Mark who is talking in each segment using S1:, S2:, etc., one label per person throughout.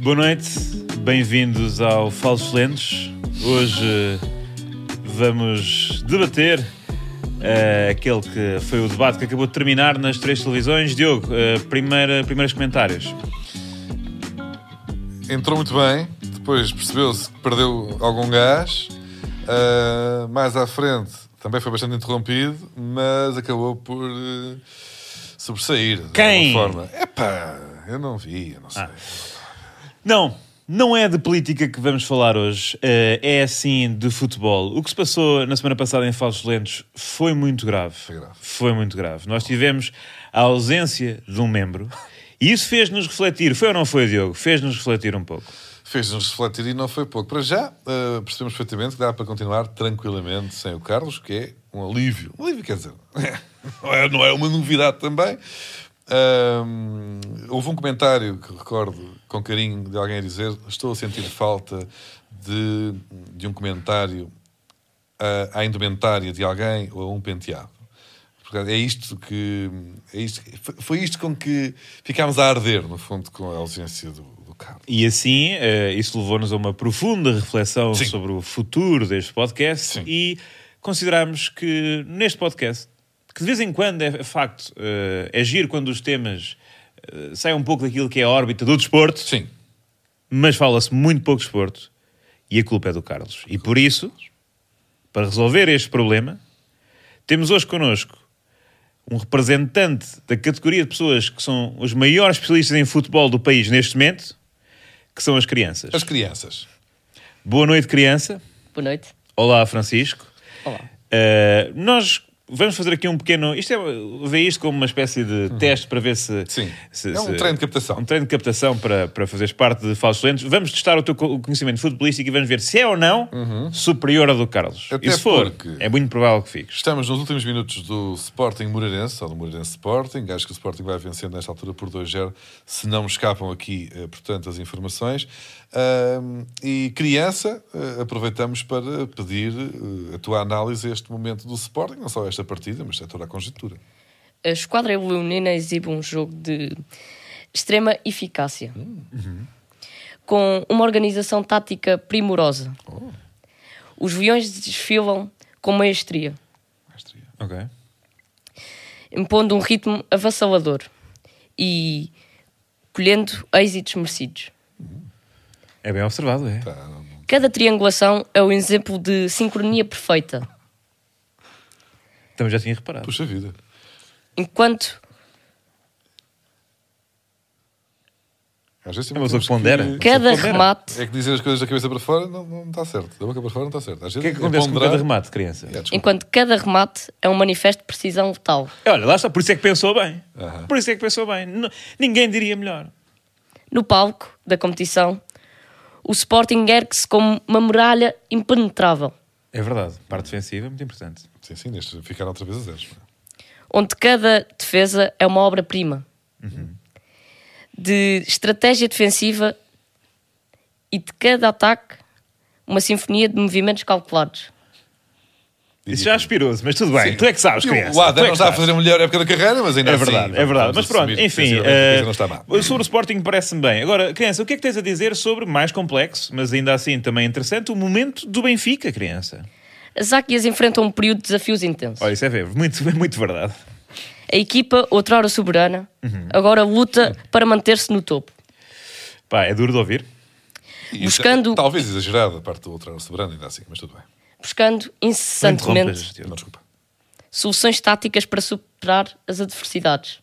S1: Boa noite, bem-vindos ao Falsos Lentes. Hoje vamos debater eh, aquele que foi o debate que acabou de terminar nas três televisões. Diogo, eh, primeira, primeiros comentários.
S2: entrou muito bem, depois percebeu-se que perdeu algum gás. Ah, mais à frente também foi bastante interrompido, mas acabou por eh, sobressair de
S1: Quem?
S2: alguma forma. Epá, eu não vi, eu não sei.
S1: Não, não é de política que vamos falar hoje, eh, é assim de futebol. O que se passou na semana passada em Falsos Lentos foi muito grave. Foi
S2: grave.
S1: muito grave. Nós tivemos a ausência de um membro e isso fez-nos refletir. Foi ou não foi, Diogo? Fez-nos refletir um pouco.
S2: Fez-nos refletir e não foi pouco. Para já, ah, percebemos perfeitamente que dá para continuar tranquilamente sem o Carlos, que é um alívio. Um alívio, quer dizer, não é, não é uma novidade também. Ah, houve um comentário que recordo com carinho de alguém a dizer: Estou a sentir falta de, de um comentário ah, à indumentária de alguém ou a um penteado. Portanto, é isto que. É isto, foi- foi isto com que ficámos a arder, no fundo, com a ausência do, do Carlos.
S1: E assim, eh, isso levou-nos a uma profunda reflexão
S2: Sim.
S1: sobre o futuro deste podcast
S2: Sim.
S1: e considerámos que neste podcast, que de vez em quando é facto, eh, é giro quando os temas eh, saem um pouco daquilo que é a órbita do desporto,
S2: Sim.
S1: mas fala-se muito pouco de desporto e a culpa é do Carlos. E por isso, para resolver este problema, temos hoje connosco um representante da categoria de pessoas que são os maiores especialistas em futebol do país neste momento, que são as crianças.
S2: As crianças.
S1: Boa noite, criança.
S3: Boa noite.
S1: Olá, Francisco.
S3: Olá.
S1: Uh, nós vamos fazer aqui um pequeno. Isto é, vê isto como uma espécie de teste para ver se.
S2: Uhum. Sim.
S1: se-
S2: É um
S1: se-
S2: treino de captação.
S1: Um treino de captação para, para fazeres parte de falsos lentes. Vamos testar o teu co- o conhecimento futebolístico e vamos ver se é ou não superior a do Carlos.
S2: Uhum. Até
S1: e se for,
S2: porque-
S1: é muito provável que fiques.
S2: Estamos nos últimos minutos do Sporting Moreirense, ou do Moreirense Sporting. Acho que o Sporting vai vencendo nesta altura por 2-0, se não me escapam aqui, eh, portanto, as informações. Ahm, e criança, eh, aproveitamos para pedir eh, a tua análise a este momento do Sporting, não só esta partida, mas a toda a conjectura.
S3: A esquadra é leonina exibe um jogo de extrema eficácia, com uma organização tática primorosa. Os leões desfilam com maestria,
S2: Maestria.
S1: Ok.
S3: impondo um ritmo avassalador e colhendo êxitos merecidos.
S1: É bem observado, é.
S2: Tá.
S3: Cada triangulação é um exemplo de sincronia perfeita,
S1: Também já tinha reparado.
S2: Puxa vida.
S3: enquanto
S2: Às vezes
S1: É uma pessoa que
S2: temos
S1: pondera. Você
S3: cada
S1: pondera.
S3: remate,
S2: É que dizer as coisas da cabeça para fora não, não está certo. Da boca para fora não está certo. Às
S1: O
S2: vezes
S1: que é que acontece com
S2: ponderar-
S1: cada remate, criança?
S2: É, desculpa.
S3: enquanto cada remate é um manifesto de precisão letal.
S1: Olha, lá está, por isso é que pensou bem.
S2: Aham.
S1: Por isso é que pensou bem. N- ninguém diria melhor.
S3: No palco da competição, o Sporting ergue-se como uma muralha impenetrável,
S1: É verdade. Parte defensiva é muito importante.
S2: Sim, sim, nestes ficaram outra vez a zeros. não é?
S3: onde cada defesa é uma obra-prima de estratégia defensiva e de cada ataque uma sinfonia de movimentos calculados.
S1: Isso já aspirou-se, mas tudo bem.
S2: Sim.
S1: Tu é que sabes,
S2: E
S1: criança.
S2: O Adam
S1: Tu é
S2: não
S1: que
S2: está a
S1: sabes.
S2: fazer a melhor época da carreira, mas ainda
S1: É
S2: assim,
S1: verdade, é
S2: vamos
S1: verdade. Mas pronto,
S2: assumir que
S1: enfim.
S2: defensivamente a coisa
S1: eh,
S2: não está má.
S1: sobre o Sporting parece-me bem. Agora, criança, o que é que tens a dizer sobre, mais complexo, mas ainda assim também interessante, o momento do Benfica, criança?
S3: As águias enfrentam um período de desafios intensos.
S1: Olha, isso é ver- muito, muito verdade.
S3: A equipa, outrora soberana, agora luta para manter-se no topo.
S1: Pá, é duro de ouvir.
S2: E isso
S3: buscando-
S2: é Talvez exagerado a parte do outro ano soberano, ainda assim, mas tudo bem.
S3: Buscando
S1: Não interrompas,
S3: incessantemente
S1: Diogo.
S2: Não, desculpa.
S3: soluções táticas para superar as adversidades.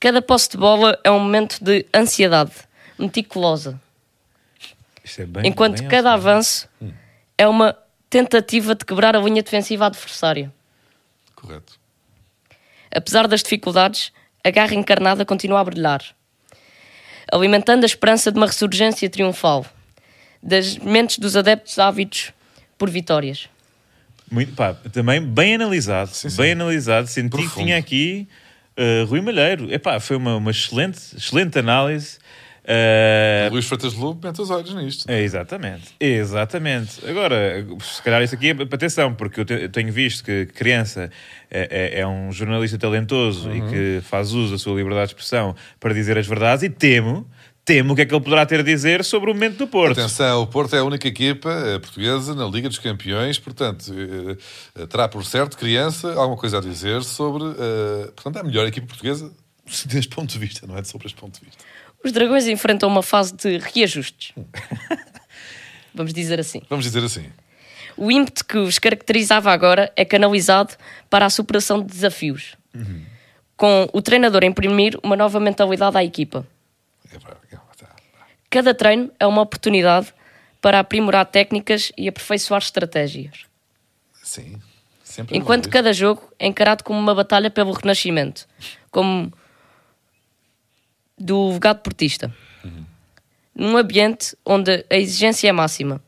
S3: Cada posse de bola é um momento de ansiedade meticulosa,
S1: Isto é bem-
S3: enquanto
S1: bem Hum.
S3: cada
S1: observado.
S3: avanço é uma tentativa de quebrar a linha defensiva adversária.
S2: Correto.
S3: Apesar das dificuldades, a garra encarnada continua a brilhar, alimentando a esperança de uma ressurgência triunfal das mentes dos adeptos ávidos por vitórias.
S1: Muito, pá, também bem analisado, bem analisado. Senti que
S2: Profundo.
S1: tinha aqui uh, Rui Malheiro. Epá, foi uma, uma excelente, excelente análise. Uh,
S2: Luís Freitas de Lobo mete os olhos nisto.
S1: É, exatamente, exatamente. Agora, se calhar isso aqui é atenção, porque eu, te- eu tenho visto que criança é, é- é um
S2: Uhum.
S1: jornalista talentoso e que faz uso da sua liberdade de expressão para dizer as verdades e temo, temo o que é que ele poderá ter a dizer sobre o momento do Porto.
S2: Atenção, o Porto é a única equipa eh, portuguesa na Liga dos Campeões, portanto, eh, eh, terá por certo, criança, alguma coisa a dizer sobre. eh, portanto, a melhor equipa portuguesa, deste ponto de vista, não é? Sobre este ponto de vista.
S3: Os dragões enfrentam uma fase de reajustes. Vamos dizer assim.
S2: Vamos dizer assim.
S3: O ímpeto que os caracterizava agora é canalizado para a superação de desafios, com o treinador a imprimir uma nova mentalidade à equipa.
S2: É pá, é pá, tá.
S3: Cada treino é uma oportunidade para aprimorar técnicas e aperfeiçoar estratégias,
S2: Sim. Sempre a
S3: enquanto
S2: evoluir.
S3: cada jogo é encarado como uma batalha pelo renascimento, como do vogado portista, num ambiente onde a exigência é máxima.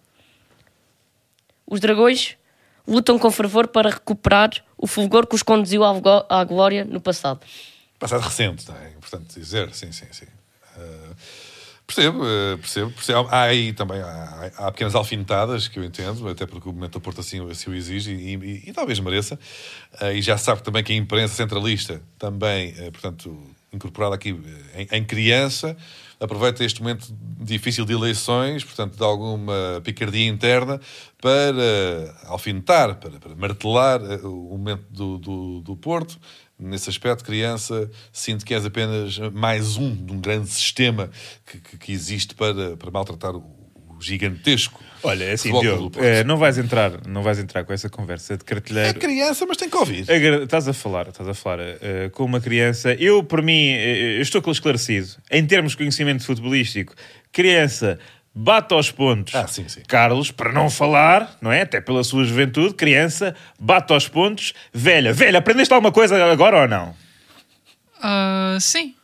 S3: Os dragões lutam com fervor para recuperar o fulgor que os conduziu à gló- à glória no passado.
S2: Passado recente, não é? É Importante dizer, sim, sim, sim. Eh, percebo, eh, percebo, percebo. Há aí também, há, há- há pequenas alfinetadas que eu entendo, até porque o momento do Porto assim, assim o exige e, e- e talvez mereça. Eh, e já se sabe também que a imprensa centralista também, eh, portanto, incorporada aqui eh, em, em criança, aproveita este momento difícil de eleições, portanto, de alguma picardia interna, para alfinetar, para, para martelar eh, o momento do, do, do Porto. Nesse aspecto, criança, sinto que és apenas mais um de um grande sistema que, que- que existe para, para maltratar o, o gigantesco.
S1: Olha, é assim,
S2: futebol Clube
S1: Diogo,
S2: do Porto.
S1: eh, não, vais entrar, não vais entrar com essa conversa de
S2: É
S1: cartilheiro.
S2: criança, mas tem que ouvir.
S1: Agra- Estás a falar, estás a falar eh, com uma criança. Eu, por mim, eh, eu estou esclarecido. Em termos de conhecimento futebolístico, criança bate aos pontos.
S2: Ah, sim, sim.
S1: Carlos, para não falar, não é? Até pela sua juventude, criança bate aos pontos. Velha, velha, aprendeste alguma coisa agora ou não?
S4: Ah, sim,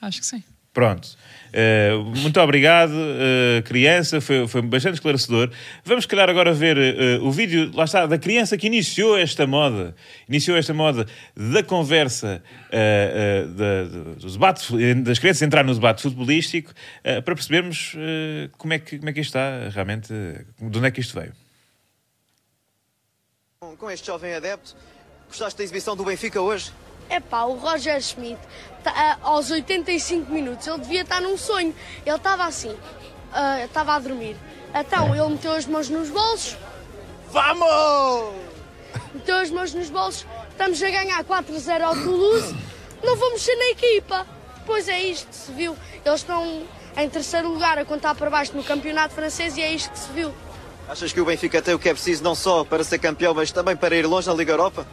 S4: acho que sim.
S1: Pronto. Eh, muito obrigado, eh, criança, foi, foi bastante esclarecedor. Vamos, se calhar, agora ver eh, o vídeo, lá está, da criança que iniciou esta moda. Iniciou esta moda da conversa eh, eh, da- do- do debate- das crianças entrar no debate futebolístico eh, para percebermos eh, como, é que, como é que isto está realmente, eh, de onde é que isto veio.
S5: Com- Com este jovem adepto, gostaste da exibição do Benfica hoje?
S6: É pá, o Roger Schmidt, tá- ah, aos 85 minutos, ele devia estar num sonho. Ele estava assim, ah, estava a dormir. Então, ele meteu as mãos nos bolsos,
S5: Vamos!
S6: meteu as mãos nos bolsos, estamos a ganhar 4-0 ao Toulouse, não vamos ser na equipa. Pois é isto que se viu. Eles estão em terceiro lugar a contar para baixo no campeonato francês e é isto que se viu.
S5: Achas que o Benfica tem o que é preciso não só para ser campeão, mas também para ir longe na Liga Europa?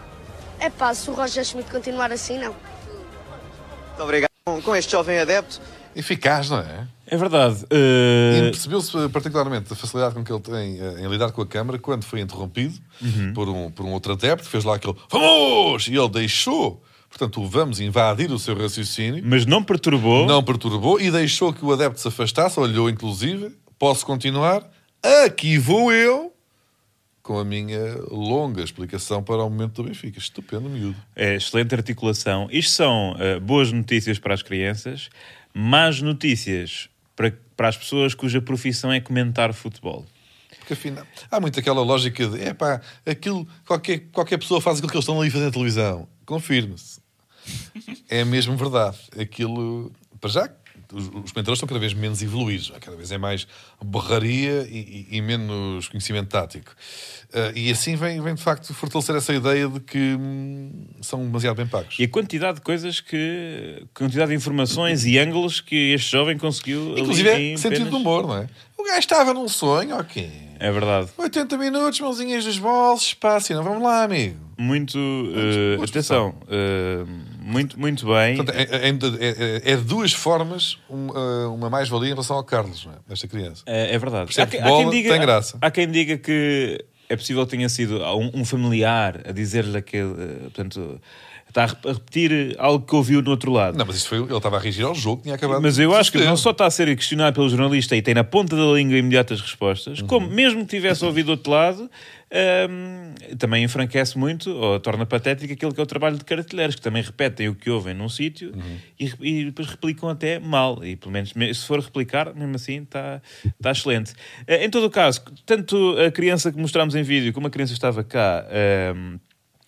S6: É pá, se o Roger Schmidt continuar assim, não.
S5: Muito obrigado. Com- Com este jovem adepto,
S2: Eficaz, não é?
S1: É verdade.
S2: E
S1: É.
S2: percebeu-se eh, particularmente a facilidade com que ele tem eh, em lidar com a câmara quando foi interrompido
S1: Uhum.
S2: por, um, por um outro adepto que fez lá aquele Vamos! E ele deixou, portanto, o Vamos invadir o seu raciocínio,
S1: mas não perturbou.
S2: não perturbou e deixou que o adepto se afastasse, olhou inclusive, posso continuar? Aqui vou eu com a minha longa explicação para o momento do Benfica. Estupendo miúdo.
S1: É, excelente articulação. Isto são eh, boas notícias para as crianças, más notícias para, para as pessoas cuja profissão é comentar futebol.
S2: Porque afinal, há muito aquela lógica de é pá, aquilo, qualquer, qualquer pessoa faz aquilo que eles estão ali a fazer na televisão. Confirme-se. É mesmo verdade. Aquilo, para já, os, os comentadores estão cada vez menos evoluídos, cada vez é mais borraria e, e- e menos conhecimento tático. Ah, e assim vem, vem de facto fortalecer essa ideia de que hum, são demasiado bem pagos.
S1: E a quantidade de coisas que. quantidade de informações e ângulos que este jovem conseguiu. ali
S2: Inclusive,
S1: em
S2: é sentido
S1: apenas-
S2: de humor, não é? O gajo estava num sonho, ok.
S1: É verdade.
S2: 80 minutos, mãozinhas nos bolsos, espaço, e não vamos lá, amigo.
S1: Muito. eh,
S2: boa
S1: atenção. eh, muito, muito bem.
S2: Portanto, é, é- é- é de duas formas um, eh, uma mais-valia em relação ao Carlos, não é? desta criança.
S1: É, é verdade.
S2: ser futebol, tem graça.
S1: há quem diga que é possível que tenha sido um, um familiar a dizer-lhe aquele. eh, Portanto, está a rep- a repetir algo que ouviu no outro lado.
S2: Não, mas isso foi. Ele estava a reagir ao jogo, tinha acabado.
S1: Mas
S2: de
S1: eu acho que
S2: suceder.
S1: não só está a ser questionado pelo jornalista e tem na ponta da língua imediatas respostas, como mesmo que tivesse ouvido do outro lado, hum, também enfranquece muito ou torna patético aquilo que é o trabalho de cartilheiros, que também repetem o que ouvem num sítio e, re- e depois replicam até mal. E pelo menos me- se for replicar, mesmo assim está está excelente. Eh, Em todo o caso, tanto a criança que mostramos em vídeo como a criança que estava cá. hum,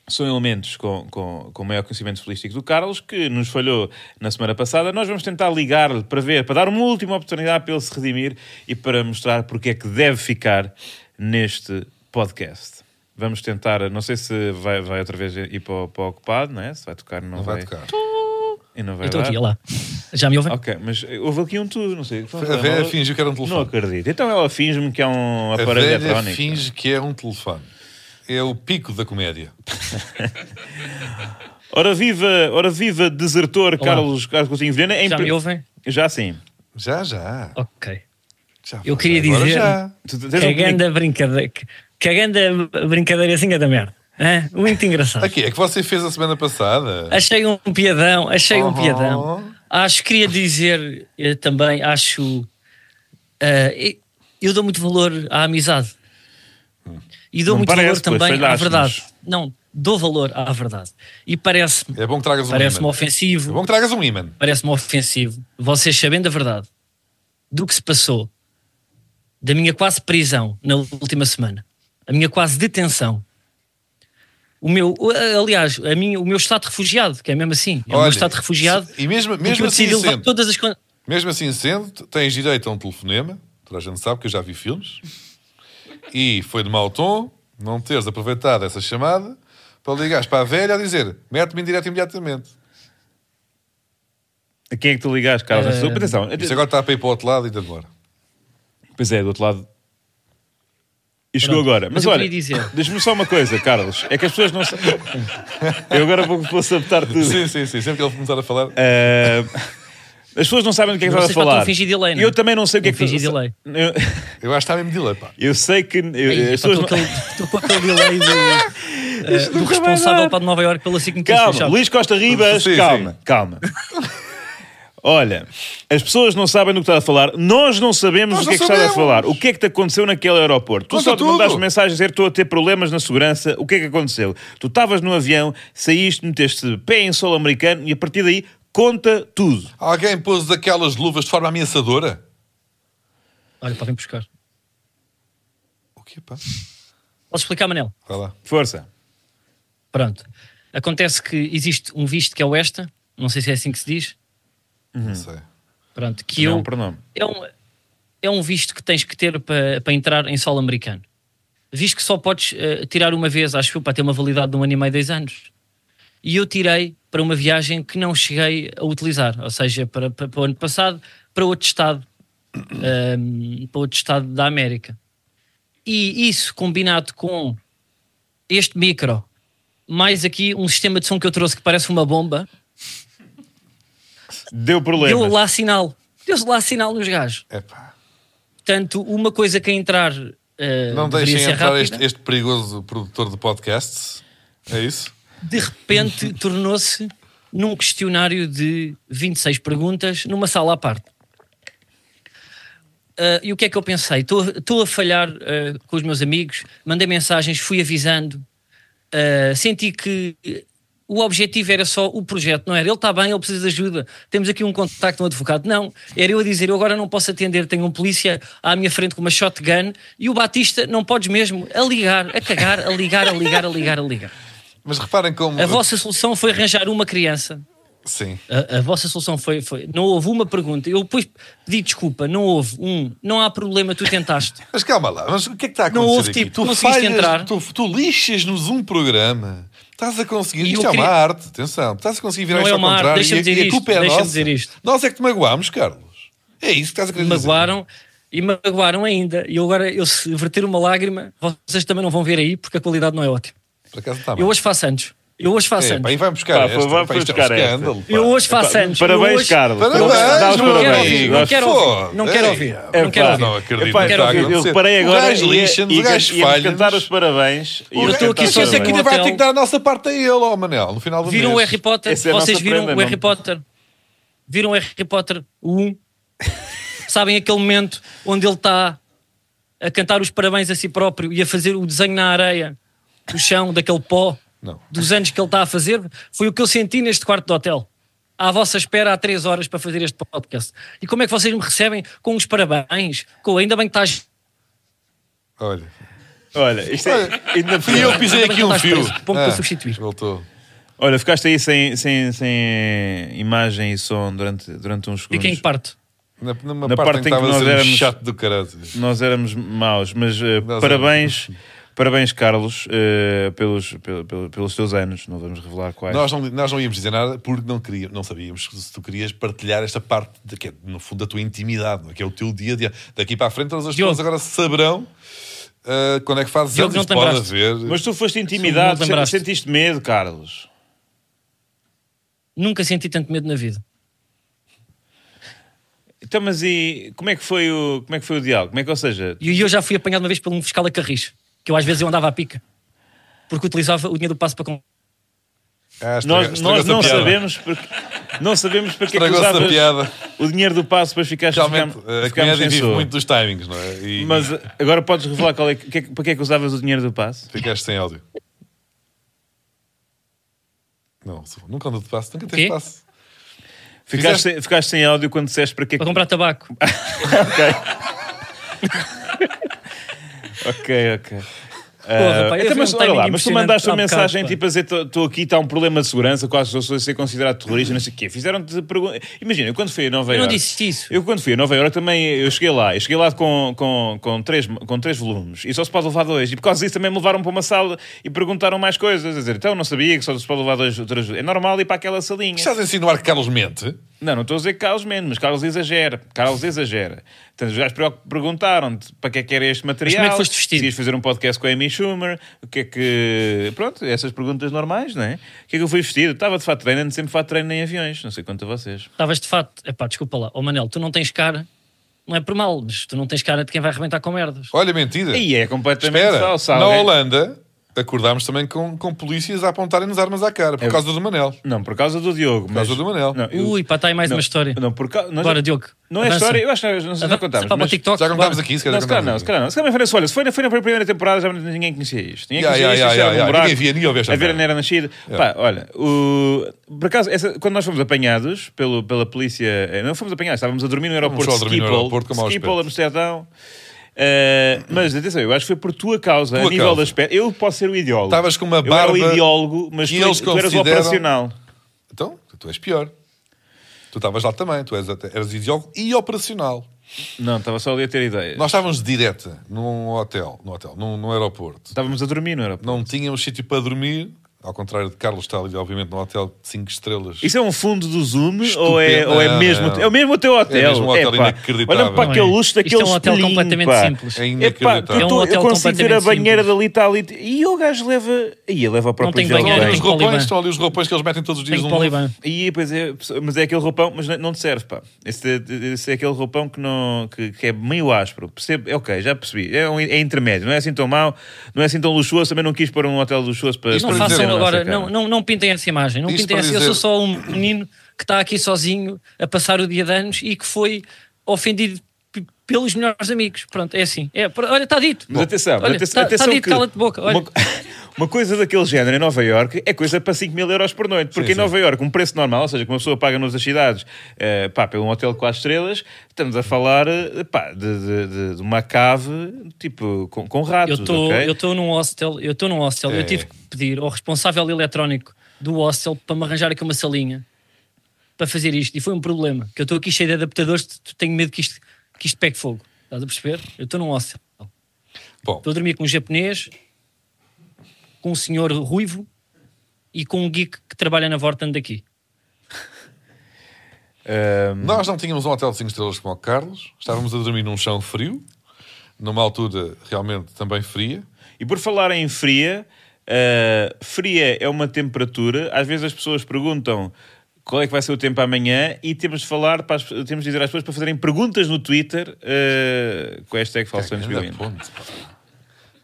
S1: são elementos com, com, com maior conhecimento futbolístico do Carlos, que nos falhou na semana passada. Nós vamos tentar ligar-lhe para ver, para dar uma última oportunidade para ele se redimir e para mostrar porque é que deve ficar neste podcast. Vamos tentar, não sei se vai, vai outra vez ir para, o- para o ocupado, não é? Se vai tocar, não,
S2: Não vai tocar.
S1: E não vai
S7: Eu estou
S1: dar.
S7: aqui, olha Então, lá. Já me ouvem?
S1: Ok, mas houve aqui um tudo, não sei.
S2: A Vera fingiu que era um telefone.
S1: Não acredito. Então ela finge-me que é um
S2: A
S1: aparelho
S2: velha
S1: eletrónico.
S2: finge que é um telefone. É o pico da comédia.
S1: Ora viva, ora viva desertor Carlos, Carlos Coutinho Vilhena. Em
S7: Já
S1: pri-
S7: me ouvem?
S1: Já sim.
S2: Já, já.
S7: Ok.
S2: já
S7: Eu
S2: foi.
S7: queria
S2: Agora
S7: dizer-
S2: já.
S1: Tu
S7: É
S1: tens um
S7: Cagando a brincadeira. Cagando a brincadeirazinha é da merda. Hã? Muito engraçado.
S2: Aqui, é que você fez a semana passada.
S7: Achei um piadão, achei um
S2: Oh.
S7: piadão. Acho, queria dizer eh, também, acho. eh, e- eu dou muito valor à amizade. E dou
S1: Hum. Não
S7: muito
S1: parece, pois,
S7: valor também à
S1: falhaste-nos.
S7: verdade. Não, dou valor à verdade. E parece-me
S2: É bom que tragas um
S7: parece
S2: imã. É
S7: ofensivo,
S2: bom que tragas um imã.
S7: parece-me ofensivo. Vocês sabendo a verdade do que se passou, da minha quase prisão na última semana, a minha quase detenção, o meu, o- aliás, a minha, o meu estado de refugiado, que é mesmo assim, é o
S2: Olha,
S7: meu estado de refugiado,
S2: se- e mesmo-
S7: em
S2: mesmo
S7: que eu
S2: assim
S7: decidi levar
S2: sendo.
S7: todas as coisas.
S2: Mesmo assim sendo, tens direito a um telefonema. Toda a gente sabe que eu já vi filmes. E foi de mau tom não teres aproveitado essa chamada para ligares para a velha a dizer mete-me em direto imediatamente.
S1: A quem é que tu ligaste, Carlos?
S7: Eh,
S1: Atenção.
S2: Isto agora está a ir para o outro lado e de agora.
S1: Pois é, do outro lado. E chegou
S7: Pronto,
S1: agora. Mas,
S7: mas eu
S1: olha,
S7: queria dizer-
S1: diz-me só uma coisa, Carlos. É que as pessoas não sabem. Eu agora vou, vou sabotar tudo.
S2: Sim, sim, sim. Sempre que ele começar a falar,
S1: Eh, as pessoas não sabem do que é que
S7: Vocês
S1: estás a falar.
S7: faltam fingir delay, não é?
S1: eu também não sei o que é que
S7: Vão fingir
S1: tu-
S7: delay.
S1: Eu,
S2: eu acho que está mesmo delay, pá.
S1: eu sei que. eu-
S7: Ei, pá,
S1: Eh, as pessoas
S7: Estou
S1: não-
S7: com aquele- estou com aquele delay do, eh, do
S1: nunca vai
S7: responsável
S1: dar.
S7: para Nova Iorque pela SIC
S1: Calma,
S7: Notícias, sabe?
S1: Luís Costa Ribas,
S2: Sim, sim.
S1: calma, calma. Olha, as pessoas não sabem do que está a falar, nós não sabemos
S2: Nós
S1: o que é que
S2: não
S1: está a
S2: sabemos.
S1: falar, o que é que te aconteceu naquele aeroporto.
S2: Conta
S1: tu só te
S2: tudo.
S1: mandaste mensagem a dizer estou a ter problemas na segurança, o que é que aconteceu? Tu estavas no avião, saíste, meteste pé em solo americano e a partir daí conta tudo.
S2: Alguém pôs aquelas luvas de forma ameaçadora?
S7: Olha, podem buscar.
S2: O quê, pá?
S7: Posso explicar, Manel?
S2: Vai lá.
S1: Força.
S7: Pronto. Acontece que existe um visto que é o esta, não sei se é assim que se diz.
S2: Não sei.
S7: Pronto, que
S1: Não é
S7: eu.
S1: um pronome.
S7: É um, é um visto que tens que ter para para entrar em solo americano. Visto que só podes eh, tirar uma vez, acho eu, para ter uma validade de um ano e meio, dois anos. E eu tirei para uma viagem que não cheguei a utilizar, ou seja, para, para- para o ano passado, para outro estado, ehm, para outro estado da América. E isso combinado com este micro, mais aqui um sistema de som que eu trouxe que parece uma bomba,
S1: Deu
S7: deu
S1: problemas.
S7: lá sinal. Deu lá sinal nos gajos.
S2: É pá.
S7: Portanto, uma coisa que é entrar. eh,
S2: Não
S7: deveria
S2: deixem
S7: ser
S2: entrar
S7: rápida,
S2: este, este perigoso produtor de podcasts. É isso?
S7: De repente tornou-se num questionário de 26 perguntas numa sala à parte. Eh, e o que é que eu pensei? Estou estou a falhar eh, com os meus amigos, mandei mensagens, fui avisando, eh, senti que eh, o objetivo era só o projeto, não era ele está bem, ele precisa de ajuda, temos aqui um contacto, um advogado. Não, era eu a dizer, eu agora não posso atender, tenho um polícia à minha frente com uma shotgun e o Batista não podes mesmo a ligar, a cagar, a ligar, a ligar, a ligar, a ligar.
S2: Mas reparem como.
S7: A vossa solução foi arranjar uma criança.
S2: Sim.
S7: A, a vossa solução foi, foi- Não houve uma pergunta. Eu depois pedi desculpa, não houve um. Não há problema, tu tentaste.
S2: Mas calma lá, mas o que é que está a
S7: Não
S2: acontecer
S7: houve
S2: aqui?
S7: tipo,
S2: tu
S7: conseguiste
S2: falhas,
S7: entrar.
S2: tu, tu lixas-nos um programa. Estás a conseguir,
S7: E
S2: isto
S7: eu
S2: é uma
S7: queria-
S2: arte, atenção, estás a conseguir virar
S7: Não
S2: isto
S7: é
S2: ao
S7: uma arte,
S2: contrário e,
S7: deixa-me
S2: a-
S7: dizer
S2: e a culpa
S7: isto,
S2: é
S7: deixa-me
S2: nossa.
S7: dizer isto.
S2: Nós é que te magoámos, Carlos. É isso que estás a querer
S7: Me
S2: dizer.
S7: magoaram e me magoaram ainda. E eu agora, eu se verter uma lágrima, vocês também não vão ver aí porque a qualidade não é ótima.
S2: Por acaso está
S7: Eu hoje faço anos. Eu hoje faço
S2: é,
S7: anos.
S2: pá, e vai buscar
S1: Tá Pá,
S2: esta,
S1: vai
S2: pá, isto é um
S1: buscar esta.
S2: escândalo. pá.
S7: Eu hoje faço
S1: Epá,
S7: anos.
S1: parabéns,
S7: eu hoje...
S1: Carlos.
S2: Parabéns,
S1: Dá os
S7: Não quero
S1: parabéns.
S7: ouvir,
S1: Dá
S7: não
S1: os
S7: quero ouvir. Não quero
S2: Ei,
S7: ouvir.
S1: É
S7: Não quero
S1: pá,
S7: ouvir.
S2: não acredito
S1: Epá,
S7: que está a
S1: eu, eu
S2: acontecer.
S1: reparei
S2: O
S1: agora. e
S2: gajo
S1: ia-
S2: lixa-nos,
S1: ia-
S2: o gajo
S1: íamos
S2: falha-nos.
S1: cantar os parabéns. e
S2: O
S1: ia
S2: gajo-
S7: estou aqui
S1: cantar
S7: só
S1: os
S2: Esse é
S7: a dizer
S2: que
S1: parabéns.
S2: ainda vai
S7: hotel-
S2: ter que dar a nossa parte a ele, ó Manel, no final do
S7: Viram o
S2: mês.
S7: Harry Potter?
S1: Essa é a
S7: Vocês
S1: nossa
S7: viram
S1: prenda,
S7: o Harry
S1: não-
S7: Potter? Viram o Harry Potter 1? Sabem aquele momento onde ele está a cantar os parabéns a si próprio e a fazer o desenho na areia, do chão, daquele pó,
S2: Não.
S7: dos anos que ele está a fazer? Foi o que eu senti neste quarto de hotel. À vossa espera há três horas para fazer este podcast. E como é que vocês me recebem? Com os parabéns, com ainda bem que estás
S2: Olha,
S1: Olha, isto é.
S2: Olha,
S1: ainda por
S2: Fui eu
S1: cima-
S2: que pisei
S7: Também
S2: aqui
S7: não
S2: um
S7: estás
S2: fio.
S7: preso. Ponto para substituir.
S2: Voltou.
S1: Olha, ficaste aí sem, sem, sem imagem e som durante, durante uns
S7: E
S1: segundos.
S7: quem parte?
S2: Na, numa
S1: Na
S2: parte em que estava a
S1: nós
S2: ser um
S1: éramos-
S2: chato do caralho.
S1: Nós éramos maus, mas eh,
S2: Nós
S1: parabéns, parabéns Carlos, eh, pelos, pel- pel- pelos teus anos. Não vamos revelar quais.
S2: Nós não, nós não íamos dizer nada porque não, queria, não sabíamos se tu querias partilhar esta parte, de, que é, no fundo, da tua intimidade, não é? que é o teu dia a dia. Daqui para a frente, todas as
S7: Diogo.
S2: pessoas agora saberão ah, quando é que fazes anos.
S7: Diogo, não
S2: Isso
S7: te
S2: pode
S7: lembraste.
S2: haver.
S1: Mas tu foste intimidado,
S7: Não te lembraste.
S1: sen- sentiste medo, Carlos.
S7: Nunca senti tanto medo na vida.
S1: Então, mas e como é que foi o, como é que foi o diálogo? Como é que, ou seja,
S7: E eu já fui apanhado uma vez por um fiscal a carris, que eu às vezes eu andava à pica, porque utilizava o dinheiro do passo para comprar.
S2: Ah, estraga-
S1: nós, nós
S2: estragou-se a
S1: não
S2: piada.
S1: sabemos porque não sabemos para que é que
S2: Estragou-se a
S1: usavas
S2: piada.
S1: o dinheiro do passo para ficar
S2: Realmente, eh, a
S1: ficarmos
S2: comédia
S1: sem
S2: vive
S1: som.
S2: muito dos timings, não é? E
S1: Mas agora podes revelar qual é, que- que é que- para que é que usavas o dinheiro do passo?
S2: ficaste sem áudio. Não, nunca andou de passo, nunca
S7: quê?
S2: tens passo.
S1: Ficaste,
S2: Fizeste-
S1: sem- ficaste sem áudio quando disseste para que é que.
S7: Para comprar tabaco.
S1: Ok, ok.
S7: Porra, pá, eu
S1: Então,
S7: fui
S1: mas,
S7: um
S1: olha
S7: timing
S1: lá, mas tu
S7: impressionante
S1: mandaste
S7: há
S1: uma
S7: bocado,
S1: mensagem
S7: pá.
S1: tipo a dizer: estou aqui, está um problema de segurança, quase estou a ser considerado terrorista, não sei o quê. Fizeram-te perguntas. Imagina, eu quando fui a Nova
S7: Eu não
S1: Iorque.
S7: disse isso.
S1: Eu quando fui a Nova Iorque também, eu cheguei lá, eu cheguei lá com, com, com, três, com três volumes e só se pode levar dois. E por causa disso também me levaram para uma sala e perguntaram mais coisas. A dizer, então não sabia que só se pode levar dois. Outras... É normal ir para aquela salinha.
S2: Estás a insinuar que Carlos mente?
S1: Não, não estou a dizer que Carlos menos, mas Carlos exagera. Carlos exagera. Portanto, os gajos preo- perguntaram-te para que é que era este material.
S7: como é que foste vestido?
S1: Se ias fazer um podcast com a Amy Schumer, o que é que. Pronto, essas perguntas normais, não é? O que é que eu fui vestido? Estava de fato treinando, sempre fato treino em aviões. Não sei quanto a vocês.
S7: Estavas de fato. Epá, desculpa lá. Ó Manel, tu não tens cara, não é por mal, mas tu não tens cara de quem vai arrebentar com merdas.
S2: Olha, mentira.
S1: Aí é completamente é?
S2: Espera,
S1: falso.
S2: na
S1: Alguém-
S2: Holanda acordámos também com, com polícias a apontarem-nos armas à cara, por causa do Manel.
S1: Não, por causa do Diogo. Por
S2: causa do Manel.
S7: Ui, pá, está aí mais
S1: não,
S7: uma história.
S1: Não, por causa. nós-
S7: Bora, Diogo,
S1: Não é
S7: avança.
S1: história, eu acho que nós não, não
S7: Avança
S1: contámos.
S7: para o
S1: mas-
S7: TikTok.
S2: Já contámos
S7: Bora.
S2: aqui,
S1: Não,
S2: se calhar
S1: se calhar
S2: contámos
S1: não, se
S2: aqui.
S1: calhar não. Se calhar foi, olha, se foi, na- foi na primeira temporada já ninguém conhecia isto. Ninguém
S2: Ya,
S1: conhecia
S2: ya,
S1: isto,
S2: ya,
S1: isto era
S2: ya,
S1: um
S2: ya.
S1: buraco.
S2: Ninguém via, ninguém ouvia esta
S1: A Vera
S2: merda.
S1: não era nascida. Pá, olha, o... por acaso, essa- quando nós fomos apanhados pelo, pela polícia, eh, não fomos apanhados, estávamos a dormir no aeroporto
S2: só a
S1: de
S2: dormir no
S1: Schiphol,
S2: aeroporto, como aos
S1: Schiphol,
S2: pés.
S1: Amsterdão. Eh, mas atenção, eu acho que foi por tua causa,
S2: Tua
S1: a nível
S2: causa.
S1: da espécie. Eu posso ser o ideólogo.
S2: Estavas com uma
S1: Eu era
S2: barba
S1: o ideólogo, mas tu,
S2: que eles
S1: tu eras o
S2: consideram-
S1: operacional.
S2: Então, tu és pior. Tu estavas lá também, tu és até, eras ideólogo e operacional.
S1: Não, estava só ali a ter ideias.
S2: Nós estávamos de direta num hotel, num, hotel, num, num aeroporto.
S1: Estávamos a dormir no aeroporto.
S2: Não tínhamos sítio para dormir, ao contrário de Carlos está ali, obviamente, num hotel de 5 estrelas.
S1: Isso é um fundo do Zoom
S2: Estupendo.
S1: ou é, ou é
S2: Não,
S1: mesmo
S2: não.
S1: é o mesmo o teu hotel?
S2: É mesmo um hotel
S1: Epá,
S2: inacreditável.
S1: Olha para aquele luxo
S7: Isto é um
S1: daquele
S7: hotel
S1: espelhinho,
S7: completamente
S1: pá.
S7: simples.
S2: É
S1: Epá, tu-
S2: inacreditável.
S7: É um
S1: tu- eu
S7: hotel
S1: consigo ver a
S7: completamente
S1: banheira
S7: simples.
S1: dali, está ali. E o gajo leva. E leva ao próprio
S7: tem
S1: gel
S2: Estão
S7: banheira,
S2: ali
S1: bem.
S2: os
S7: Tem Poliban.
S2: roupões, estão ali os roupões que eles metem todos os dias
S7: Tenho
S2: um
S7: Poliban.
S1: E, pois é, mas é aquele roupão, mas não- não te serve, pá. Esse, esse é aquele roupão que, não, que, que é meio áspero. Percebo, é ok, já percebi. É, um- é intermédio, não é assim tão mau, não é assim tão luxuoso. Também não quis pôr um hotel luxuoso para.
S7: Não
S2: para
S1: para
S7: façam
S1: dizer a nossa
S7: agora,
S1: cara.
S7: não, não, não pintem essa imagem. Não
S2: Isto
S7: pintem
S2: para
S7: essa. Eu sou
S2: dizer-
S7: só um menino que está aqui sozinho a passar o dia de anos e que foi ofendido p- pelos melhores amigos. Pronto, é assim. É, pr- olha, está dito.
S1: Mas atenção,
S7: Olha,
S1: atenção,
S7: tá- tá
S1: atenção
S7: dito,
S1: que
S7: cala-te boca. Olha.
S1: Uma, uma coisa daquele género em Nova Iorque é coisa para 5 mil euros por noite, porque em Nova Iorque um preço normal, ou seja, que uma pessoa paga noutras cidades, eh, pá, pelo um hotel com as estrelas, estamos a falar, eh, pá, de, de- de- de uma cave, tipo, com, com
S7: Eu
S1: ratos,
S7: estou
S1: ok?
S7: eu tô num hostel, eu estou num hostel,
S2: É.
S7: eu tive que pedir ao responsável eletrónico do hostel para me arranjar aqui uma salinha para fazer isto. E foi um problema, que eu estou aqui cheio de adaptadores, t- t- tenho medo que isto, que isto pegue fogo. Estás a perceber? Eu estou num hostel. Estou
S2: Bom,
S7: a dormir com um japonês, com um senhor ruivo e com um geek que trabalha na Vorten daqui.
S1: Ahm,
S2: Nós não tínhamos um hotel de 5 estrelas como o Carlos, estávamos a dormir num chão frio, numa altura realmente também fria.
S1: E por falar em fria, eh, fria é uma temperatura. Às vezes as pessoas perguntam qual é que vai ser o tempo amanhã e temos de falar, para as- temos de dizer às pessoas para fazerem perguntas no Twitter eh, com a hashtag Falsões
S2: Ganda
S1: Violino.
S2: ponte, pá.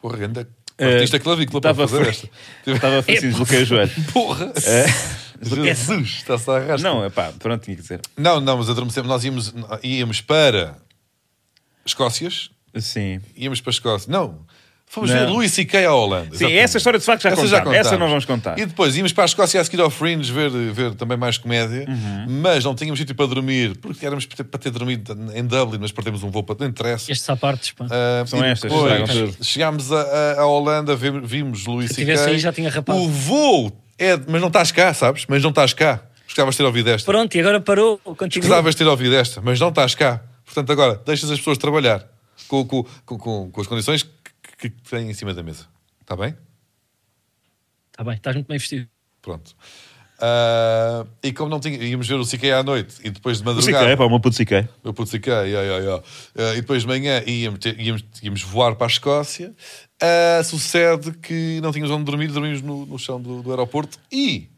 S2: Porra, ganda
S1: Eh,
S2: artista clavícula para
S1: estava
S2: fazer
S1: frio.
S2: esta. É
S1: Estava a fazer assim, desloquei o joelho.
S2: Porra! Jesus, está-se a arrastar.
S1: É. Eh, Não, é. pá, pronto, tinha que dizer.
S2: Não, não, mas adormecemos. Nós íamos, íamos para Escócias,
S1: Sim.
S2: íamos para Escócia. Não, Fomos
S1: Não.
S2: ver Louis C.K. à Holanda.
S1: Sim,
S2: Exatamente.
S1: essa história de facto já
S2: Essa
S1: contámos.
S2: já contámos.
S1: Essa não vamos contar.
S2: E depois íamos para a Escócia a seguir ao Fringe ver, ver também mais comédia,
S1: Uhum.
S2: mas não tínhamos sítio para dormir, porque éramos para ter- para ter dormido em Dublin, mas perdemos um voo para. Não interessa.
S7: Estes à parte, pá.
S2: Ah,
S1: São
S2: e
S1: estas,
S2: depois
S1: estragam tudo.
S2: Chegámos a- a- à Holanda, vimos, vimos Luís
S7: Se tivesse aí, já tinha rapado.
S2: O voo é. de- Mas não estás cá, sabes? Mas não estás cá. Gostavas de ter ouvido esta.
S7: Pronto, e agora parou. Continua.
S2: Gostavas de ter ouvido esta, mas não estás cá. Portanto, agora deixas as pessoas trabalhar com, com, com, com- com as condições que, que têm em cima da mesa. Está bem?
S7: Está Tá bem, estás muito bem vestido.
S2: Pronto. Ah, e como não tinha, íamos ver o Siquei à noite e depois de
S1: O é Siquei,
S2: madrugada.
S1: pá, uma puta Siquei.
S2: Eu puto fiquei, ai, ai, ai. Ah, e depois de manhã íamos, ter- íamos, íamos voar para a Escócia. Ah, sucede que não tínhamos onde dormir, dormimos no, no chão do, do aeroporto. E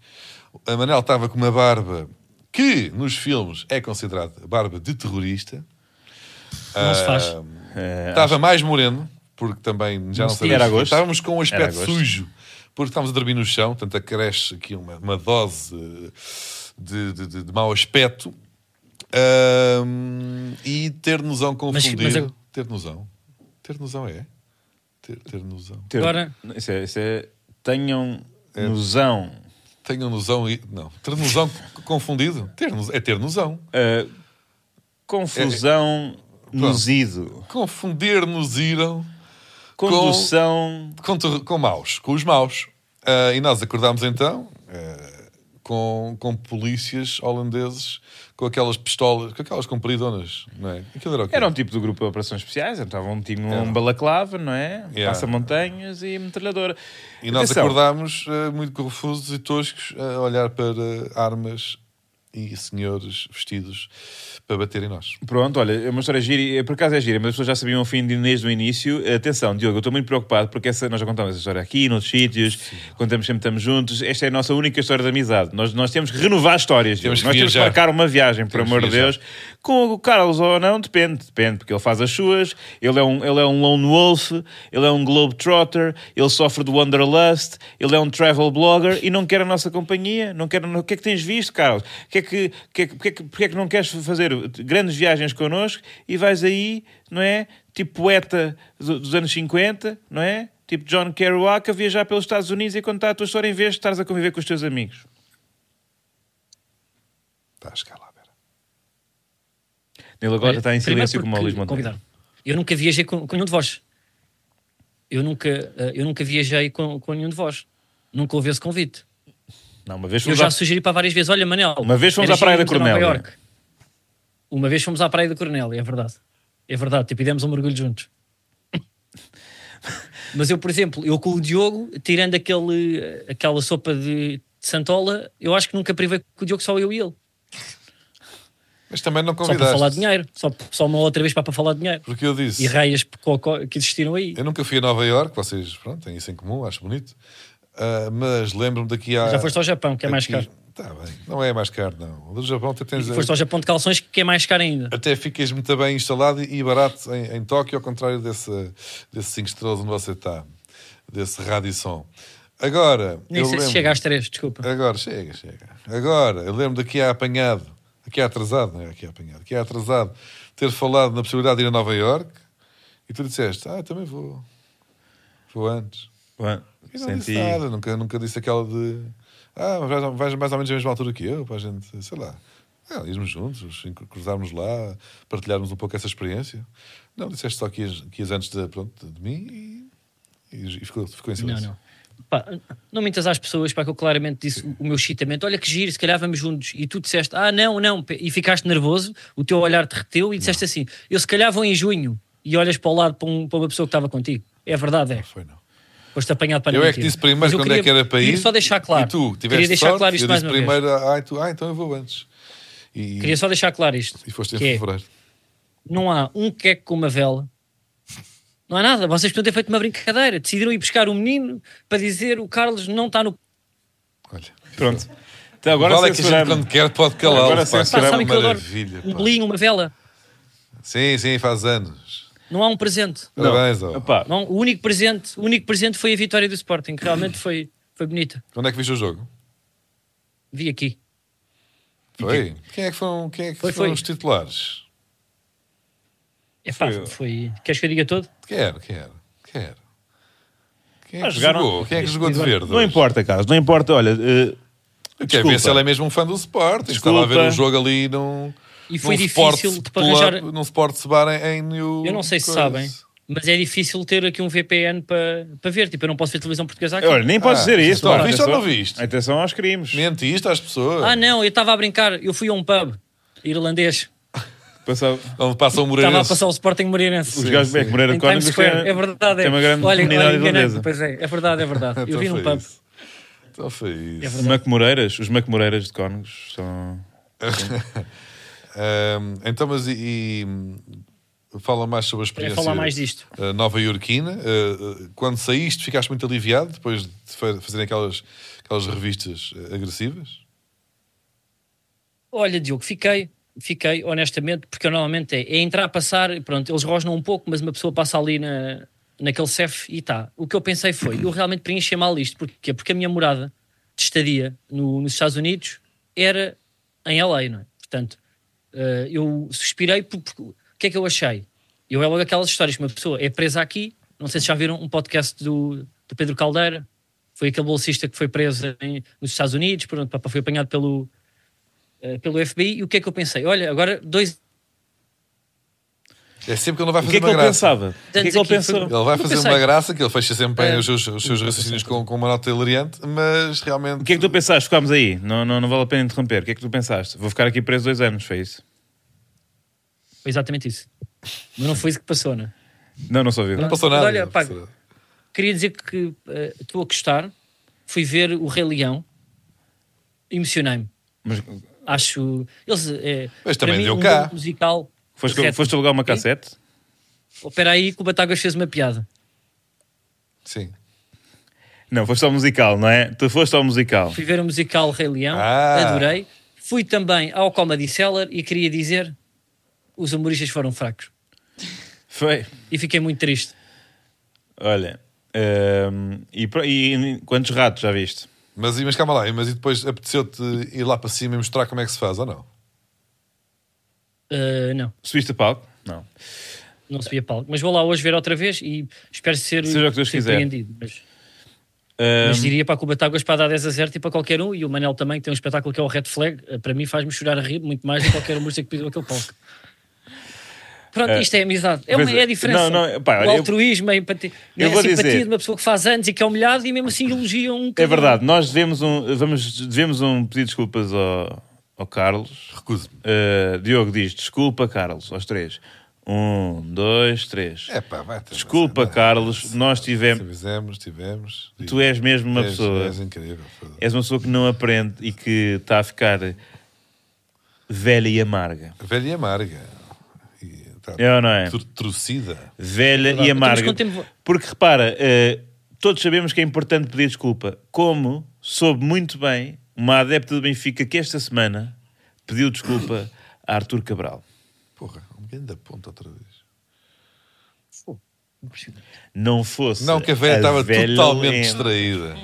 S2: a Manel estava com uma barba que nos filmes é considerada barba de terrorista.
S1: Ah,
S7: Não se faz.
S1: Eh,
S2: Estava mais moreno, porque também já não
S1: Sim,
S2: sabia.
S1: era agosto.
S2: Estávamos com um
S1: Era
S2: aspecto
S1: agosto.
S2: sujo, porque estávamos a dormir no chão, portanto acresce aqui uma, uma dose eh, de, de, de- de mau aspecto. Ahm, e ter-nos-ão confundido.
S7: mas eu-
S2: Ter-nos-ão. Ter-nos-ão é? Ter- Ter-nos-ão.
S1: ter-
S7: Agora-
S1: Isso é, isso é- Tenham
S2: É.
S1: noção.
S2: Tenham-nos-ão e. Não. Ter-nos-ão confundido? Ter-nos- é ter-nos-ão.
S1: Eh, confusão nos ido.
S2: Confundir-nos-iram.
S1: Condução.
S2: com, ter- com maus, com os maus. Ah, e nós acordámos então ah, com, com polícias holandeses com aquelas pistolas, com aquelas compridonas, não é? Aquilo era o quê?
S1: Era um tipo do grupo de operações especiais, estavam um tipo um balaclava, não é?
S2: Yeah.
S1: Passa-montanhas e metralhadora.
S2: E nós
S1: Atenção.
S2: acordámos ah, muito confusos e toscos a olhar para armas e senhores vestidos para bater em nós.
S1: Pronto, olha, é uma história gira, e, por acaso é gira, mas as pessoas já sabiam o fim de Inês do início. Atenção, Diogo, eu estou muito preocupado porque essa, nós já contamos essa história aqui, noutros sítios, contamos sempre estamos juntos. Esta é a nossa única história de amizade. Nós, nós temos que renovar histórias, Diogo.
S2: Temos que
S1: nós temos que
S2: viajar.
S1: marcar uma viagem, por
S2: Temos que
S1: amor de
S2: viajar.
S1: Deus. Com o Carlos ou não, depende, depende, porque ele faz as suas, ele é um, ele é um lone wolf, ele é um globetrotter, ele sofre de wanderlust, ele é um travel blogger e não quer a nossa companhia, não quer, o que é que tens visto, Carlos? O que é que, o que, é que, porque é que, porque é que não queres fazer grandes viagens connosco e vais aí, não é, tipo poeta do- dos anos 50, não é? Tipo John Kerouac a viajar pelos Estados Unidos e contar a tua história em vez de estares a conviver com os teus amigos.
S2: Está a chegar lá, Vera.
S1: Ele agora está em
S7: Primeiro
S1: silêncio como o
S7: porque
S1: Luís Montenegro.
S7: convidaram. Eu nunca viajei com, com nenhum de vós. Eu nunca, eh, eu nunca viajei com, com nenhum de vós. Nunca houve esse convite.
S1: Não, uma vez
S7: Eu
S1: fomos
S7: já
S1: ao-
S7: sugeri para várias vezes. Olha, Manel.
S1: Uma vez fomos
S7: era
S1: à Praia
S7: giro
S1: da
S7: irmos a Nova
S1: Cornélia.
S7: Iorque. Uma vez fomos à Praia da Cornélia, é verdade. É verdade, tipo, e demos um mergulho juntos. Mas eu, por exemplo, eu com o Diogo, tirando aquele, aquela sopa de, de santola, eu acho que nunca privei com o Diogo, só eu e ele.
S2: Mas também não
S7: Só para falar de
S2: convidaste.
S7: dinheiro. Só, só uma outra vez para, para falar de dinheiro.
S2: Porque eu disse.
S7: E raias cocó que existiram aí.
S2: Eu nunca fui a Nova Iorque, vocês pronto, têm isso em comum, acho bonito. Ah, mas lembro-me daqui a.
S7: Já foste ao Japão, que é mais caro.
S2: Está bem, não é mais caro, não. O do Japão até tens.
S7: E foste ao Japão de calções, que é mais caro ainda.
S2: Até ficas muito bem instalado e barato em, em Tóquio, ao contrário desse, desse 5 estrelas onde você está, desse Radisson. Agora.
S7: Nem
S2: eu
S7: sei se
S2: lembro-
S7: chega às três, desculpa.
S2: Agora, chega, chega. Agora, eu lembro daqui a apanhado, aqui a atrasado, não é aqui a apanhado, aqui a atrasado, ter falado na possibilidade de ir a Nova Iorque e tu disseste, ah, também vou. Vou antes.
S1: Ué,
S2: E não
S1: senti.
S2: disse nada, nunca, nunca disse aquela de. Ah, mas vais, vais mais ou menos na mesma altura que eu, para a gente, sei lá. Ah, irmos juntos, cru- cruzarmos lá, partilharmos um pouco essa experiência. Não, disseste só que ias, que ias antes de, pronto, de mim e, e, e ficou, ficou em
S7: Não,
S2: silêncio.
S7: não. Pá, não mintas às pessoas, para que eu claramente disse o meu excitamento. Olha que giro, se calhar vamos juntos. E tu disseste, ah, não, não. E ficaste nervoso, o teu olhar te reteu e disseste assim, eu se calhar vou em junho. E olhas para o lado para, um- para uma pessoa que estava contigo. É verdade, é.
S2: Foi não.
S7: Foste apanhado para
S2: Eu é que
S7: mentir.
S2: disse primeiro
S7: Mas eu
S2: quando é
S7: queria-
S2: que era para
S7: queria
S2: ir.
S7: só deixar claro.
S2: E tu
S7: queria
S2: tiveste
S7: deixar
S2: sorte,
S7: claro isto
S2: eu
S7: mais
S2: disse
S7: uma vez.
S2: primeiro, ah, tu, ah, então eu vou antes. E,
S7: Queria só deixar claro isto.
S2: e foste em
S7: que é,
S2: fevereiro.
S7: não há um queque com uma vela. Não há nada. Vocês podiam ter feito uma brincadeira. Decidiram ir buscar o menino para dizer o Carlos não está no.
S2: Olha.
S1: Pronto. Então agora
S2: Agora é que a gente,
S1: censuramos.
S2: quando quer, pode calá-lo.
S1: Agora
S2: pá,
S1: censuramos.
S2: que
S7: Pá,
S2: era
S7: sabem que eu adoro
S2: maravilha,
S7: um
S2: pá.
S7: bolinho, uma vela.
S2: Sim, sim, faz anos.
S7: Não há um presente.
S1: Não.
S2: Parabéns, ó.
S1: Opa,
S7: Não, o único presente, o único presente foi a vitória do Sporting, que realmente foi, foi bonita.
S2: Quando é que viste o jogo?
S7: Vi aqui.
S2: Foi. Quem é que foram, quem é que
S7: Foi,
S2: foram
S7: foi.
S2: os titulares?
S7: É pá,
S1: Foi-
S7: É foi. Queres que eu diga todo?
S2: Quero, quero, quero. Quem é que
S1: Ah, jogaram-
S2: jogou? Quem é que jogou de verde?
S1: Não
S2: hoje?
S1: importa, Carlos, não importa. Olha, eh,
S2: Eu quero
S1: desculpa.
S2: ver se ele é mesmo um fã do Sporting. Estava a ver
S1: Desculpa.
S2: um jogo ali num.
S7: E foi
S2: num
S7: difícil
S2: Sport
S7: de arranjar-
S2: Club- Num Sport Bar em, em New.
S7: Eu não sei se
S2: coisa.
S7: sabem, mas é difícil ter aqui um VPN para para ver. Tipo, eu não posso ver televisão portuguesa aqui.
S1: olha, nem posso
S2: Ah,
S1: dizer
S2: mas
S1: isso.
S2: tu
S1: pá,
S2: viste ou não
S1: atenção-
S2: viste?
S1: Atenção aos crimes.
S2: Mentiste às pessoas.
S7: Ah, não, eu estava a brincar. Eu fui a um pub irlandês.
S1: Passava-
S2: Onde passam o
S7: Estava a
S2: Moreirense.
S7: passar o Sporting Moreirense.
S1: Os gajos é que Moreira
S7: Em
S1: de Cónigos
S7: Times Square.
S1: tem-
S7: É verdade. É.
S1: Tem uma grande
S7: olha,
S1: comunidade
S7: olha, enganei-me,
S1: irlandesa.
S7: Pois é, é verdade, é verdade. Eu
S2: Então
S7: vi num
S2: foi
S7: pub.
S2: isso. Então foi isso.
S7: É
S1: Os Macomoreiras, os Macomoreiras de Cónigos são...
S2: Ahm, então, mas e, e fala mais sobre a
S7: Queria
S2: experiência
S7: falar mais disto.
S2: ah, nova iorquina. Ah, ah, quando saíste, ficaste muito aliviado depois de fa- fazerem aquelas, aquelas revistas ah, agressivas?
S7: Olha, Diogo, fiquei, fiquei, honestamente, porque eu normalmente é, é entrar, passar, pronto, eles rosnam um pouco, mas uma pessoa passa ali na, naquele CEF e tá. O que eu pensei foi, eu realmente preenchi mal isto, porque Porque a minha morada de estadia no- nos Estados Unidos era em LA, não é? Portanto, eh, eu suspirei, por- porque o que é que eu achei? Eu é logo aquelas histórias que uma pessoa é presa aqui, não sei se já viram um podcast do, do Pedro Caldeira, foi aquele bolsista que foi preso em- nos Estados Unidos, pronto, pá, foi apanhado pelo, eh, pelo FBI e o que é que eu pensei? Olha, agora dois
S2: É sempre que ele não vai
S1: O
S2: fazer
S1: que é que
S2: uma
S1: ele
S2: graça.
S1: pensava? O que é que ele
S7: aqui
S1: pensou?
S7: foi-
S2: Ele vai
S7: Eu
S2: fazer
S7: pensei.
S2: uma graça, que ele fecha sempre bem
S7: É.
S2: os seus, os seus raciocínios com, com uma nota hilariante, mas realmente.
S1: O que é que tu pensaste? Ficámos aí. Não, não, não vale a pena interromper. O que é que tu pensaste? Vou ficar aqui preso dois anos, foi isso?
S7: foi exatamente isso. Mas não foi isso que passou, né?
S1: Não, não sou vivo.
S2: Não passou nada.
S7: Olha,
S2: não
S7: pá,
S2: passou nada.
S7: Queria dizer que eh, estou a gostar, fui ver o Rei Leão, emocionei-me.
S1: Mas
S7: Acho. Eles, eh,
S2: Mas
S7: para
S2: também
S7: mim,
S2: deu
S7: um
S2: cá.
S7: bom musical.
S1: foste,
S7: correto.
S1: foste alugar uma
S7: Ok?
S1: cassete?
S7: Oh, Espera aí, que o Batagas fez uma piada.
S2: Sim.
S1: Não, foste ao musical, não é? Tu foste ao musical.
S7: Fui ver o musical Rei Leão,
S2: Ah.
S7: adorei. Fui também ao Comedy Cellar e queria dizer: os humoristas foram fracos.
S1: Foi.
S7: E fiquei muito triste.
S1: Olha. hum, e, pro- e quantos ratos já viste?
S2: Mas, e- mas calma lá, e- mas e depois apeteceu-te ir lá para cima e mostrar como é que se faz ou não?
S7: Eh, não.
S1: Subiste a palco? Não.
S7: Não subia palco. Mas vou lá hoje ver outra vez e espero ser
S1: Seja o que Deus quiser.
S7: surpreendido. Mas,
S1: Hum,
S7: mas diria para a Cuba Táguas para dar 10 a 0 e para qualquer um. E o Manel também, que tem um espetáculo que é o Red Flag, eh, para mim faz-me chorar a rir muito mais do que qualquer música que pisou aquele palco. Pronto,
S1: Eh,
S7: isto é amizade. É, uma,
S1: pois é.
S7: é a diferença.
S1: Não, não, pá,
S7: o
S1: eu-
S7: altruísmo, a, empati...
S1: eu
S7: a
S1: vou
S7: simpatia
S1: dizer-
S7: de uma pessoa que faz anos e que é humilhada e mesmo assim elogia um
S1: é
S7: cada um.
S1: verdade. Nós devemos um, vamos, devemos um pedido de desculpas ao, ao Carlos.
S2: Recuso-me.
S1: Uh, Diogo diz: Desculpa, Carlos, aos três. Um, dois, três.
S2: É pá, vai ter-
S1: Desculpa, Carlos, nós tivemos.
S2: Tivemos, tivemos.
S1: Tu és mesmo uma
S2: És-
S1: pessoa.
S2: És incrível. foda-se.
S1: És uma pessoa que não aprende e que está a ficar velha e amarga.
S2: Velha e amarga. E tá
S1: É ou não é?
S2: tru- trucida.
S1: Velha
S7: Verdade.
S1: e
S7: Então, mas
S1: amarga.
S7: quanto tempo-
S1: Porque repara, eh, todos sabemos que é importante pedir desculpa. Como soube muito bem uma adepta do Benfica que esta semana pediu desculpa a Arthur Cabral.
S2: Porra, um grande ponta outra vez.
S1: Não fosse.
S2: Não, que a velha estava totalmente
S1: lenda.
S2: distraída.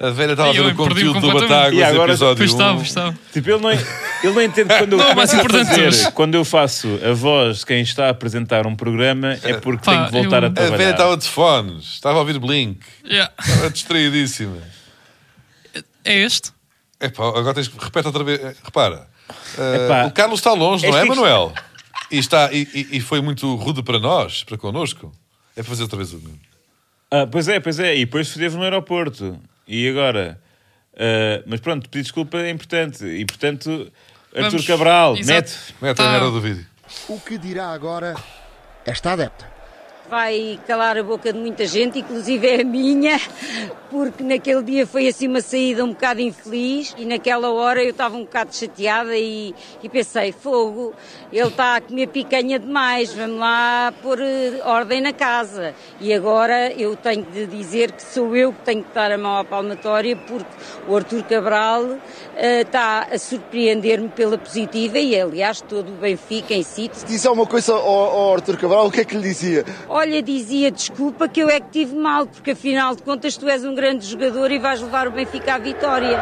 S2: A velha estava a
S7: Ai, eu
S2: ver o
S4: perdi-me
S2: conteúdo do
S4: completamente.
S2: Batáguas,
S1: E agora-
S2: episódio
S4: Pois estava,
S2: 1.
S4: estava.
S1: Tipo, ele não, ele não entende quando eu,
S4: Não, o mais importante
S1: fazer-
S4: hoje.
S1: quando eu faço a voz de quem está a apresentar um programa é porque
S4: Pá,
S1: tenho que voltar a
S4: eu- A
S2: A velha
S1: trabalhar.
S2: estava de fones, estava a ouvir Blink,
S4: Yeah.
S2: estava distraídíssima.
S4: É este?
S2: Epá, agora tens que. Repete outra vez. Eh, Repara. Eh,
S1: Epá.
S2: o Carlos está longe, não
S1: Este
S2: é,
S1: é que-
S2: Manuel? E, está, e, e- e foi muito rude para nós, para connosco. É para fazer outra vez o mesmo.
S1: Ah, pois é, pois é. E depois esteve no aeroporto. E agora? Ah, mas pronto, pedir desculpa é importante. E portanto, Arthur
S4: Vamos-
S1: Cabral,
S4: Exato.
S1: Neto.
S2: Mete a
S4: Tá.
S2: merda do vídeo.
S8: O que dirá agora esta adepta?
S9: Vai calar a boca de muita gente, inclusive é a minha, porque naquele dia foi assim uma saída um bocado infeliz e naquela hora eu estava um bocado chateada e, e pensei, fogo, ele está a comer picanha demais, vamos lá pôr eh, ordem na casa. E agora eu tenho de dizer que sou eu que tenho que estar a mão à palmatória porque o Artur Cabral eh, está a surpreender-me pela positiva e aliás todo o Benfica em si
S8: Se disser uma coisa ao, ao Arthur Cabral, o que é que lhe dizia?
S9: Olha, dizia desculpa que eu é que tive mal, porque afinal de contas tu és um grande jogador e vais levar o Benfica à vitória.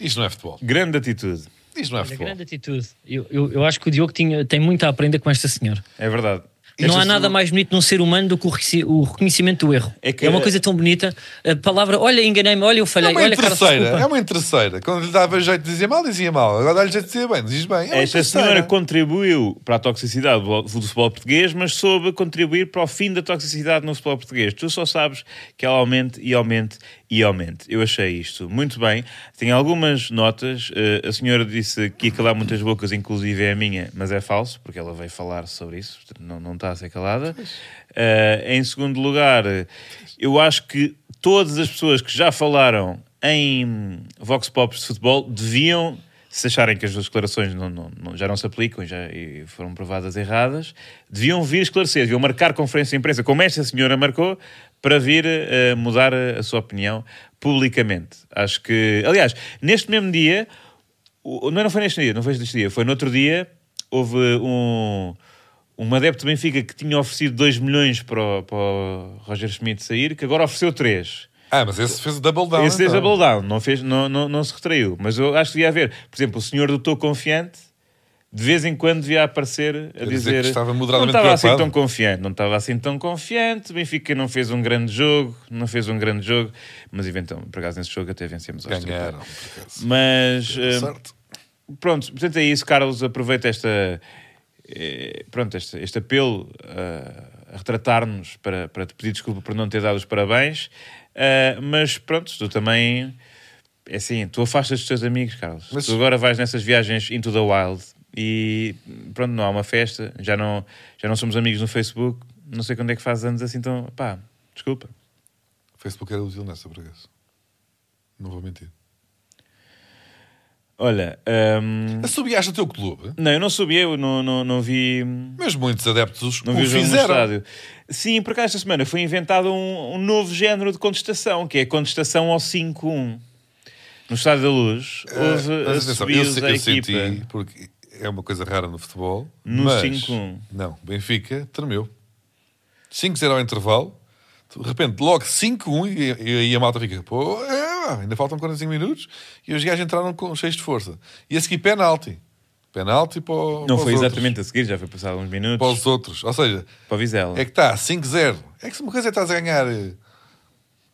S2: Isto não é futebol.
S1: Grande atitude.
S2: Isto não é
S7: Olha,
S2: futebol.
S7: grande atitude. Eu, eu, eu acho que o Diogo tinha, tem muito a aprender com esta senhora.
S1: É verdade.
S7: Não há
S1: Esta
S7: nada
S1: semana-
S7: mais bonito num ser humano do que o reci- o reconhecimento do erro.
S1: É
S7: É,
S1: que-
S7: uma coisa tão bonita. A palavra, olha, enganei-me, olha, eu
S2: É
S7: falhei,
S2: uma
S7: olha, Carlos,
S2: interesseira,
S7: desculpa.
S2: é uma interesseira. Quando lhe dava jeito de dizer mal, dizia mal. Agora dá-lhe jeito de dizer bem, diz bem. É uma
S1: Esta
S2: interesseira.
S1: senhora contribuiu para a toxicidade do do futebol português, mas soube contribuir para o fim da toxicidade no futebol português. Tu só sabes que ela aumente e aumente e aumente. Eu achei isto muito bem. Tenho algumas notas. Eh, a senhora disse que ia calar muitas bocas, inclusive é a minha, mas é falso, porque ela veio falar sobre isso, portanto não, não está a ser calada. Eh, em segundo lugar, eh, eu acho que todas as pessoas que já falaram em vox pops de futebol deviam se acharem que as suas declarações não- não- não- já não se aplicam e já e foram provadas erradas, deviam vir esclarecer, deviam marcar conferência de imprensa, como esta senhora marcou, para vir eh, mudar a, a sua opinião publicamente. Acho que, aliás, neste mesmo dia, o- não, não foi neste dia, não foi neste dia, foi no outro dia, houve um, um adepto do Benfica que tinha oferecido 2 milhões para o, para o Roger Schmidt sair, que agora ofereceu 3.
S2: Ah, mas esse fez o double down.
S1: Esse
S2: então.
S1: double down, não, fez, não, não, não se retraiu. Mas eu acho que devia haver, por exemplo, o senhor do Estou Confiante, de vez em quando devia aparecer a
S2: dizer
S1: dizer.
S2: que estava
S1: não
S2: moderadamente
S1: estava assim
S2: preocupado."
S1: tão confiante, não estava assim tão confiante. Benfica não fez um grande jogo, não fez um grande jogo, mas inventam, por acaso nesse jogo até vencemos aos 30.
S2: Ganharam. por acaso.
S1: Mas. hum,
S2: Sorte.
S1: Pronto, portanto é isso, Carlos. Aproveita esta, eh, pronto, este, este apelo eh, a retratar-nos para, para te pedir desculpa por não ter dado os parabéns. Eh, mas pronto, tu também. É assim, tu afastas dos teus amigos, Carlos.
S2: Mas-
S1: Tu agora vais nessas viagens into the wild e pronto, não há uma festa, já não, já não somos amigos no Facebook. Não sei quando é que fazes anos assim, então pá, desculpa.
S2: Facebook era útil nessa, por acaso. Não vou mentir.
S1: Olha, ehm,
S2: Assobiaste o teu clube?
S1: não, eu não sabia, eu não, não, não vi.
S2: Mas muitos adeptos
S1: Hum. Não
S2: o
S1: vi o jogo no
S2: fizeram.
S1: estádio. Sim, por acaso esta semana foi inventado um, um novo género de contestação, que é a contestação ao 5-1. No Estádio da Luz, houve
S2: Ah,
S1: uh,
S2: mas atenção, eu,
S1: assobios
S2: sei-
S1: à
S2: eu
S1: equipa.
S2: senti, porque é uma coisa rara no futebol.
S1: No
S2: mas,
S1: 5-1.
S2: Não, Benfica tremeu. 5-0 ao intervalo. De repente, logo 5-1 e, e aí a malta fica, pô, é, ainda faltam 45 minutos. E os gajos entraram com, cheios de força. E a seguir, penalti. Penalti para, o- para
S1: Não
S2: os
S1: foi
S2: outros.
S1: exatamente a seguir, já foi passado uns minutos.
S2: Para os outros. Ou seja,
S1: Para o Vizela.
S2: é que está 5-0. É que se uma coisa é que estás a ganhar eh,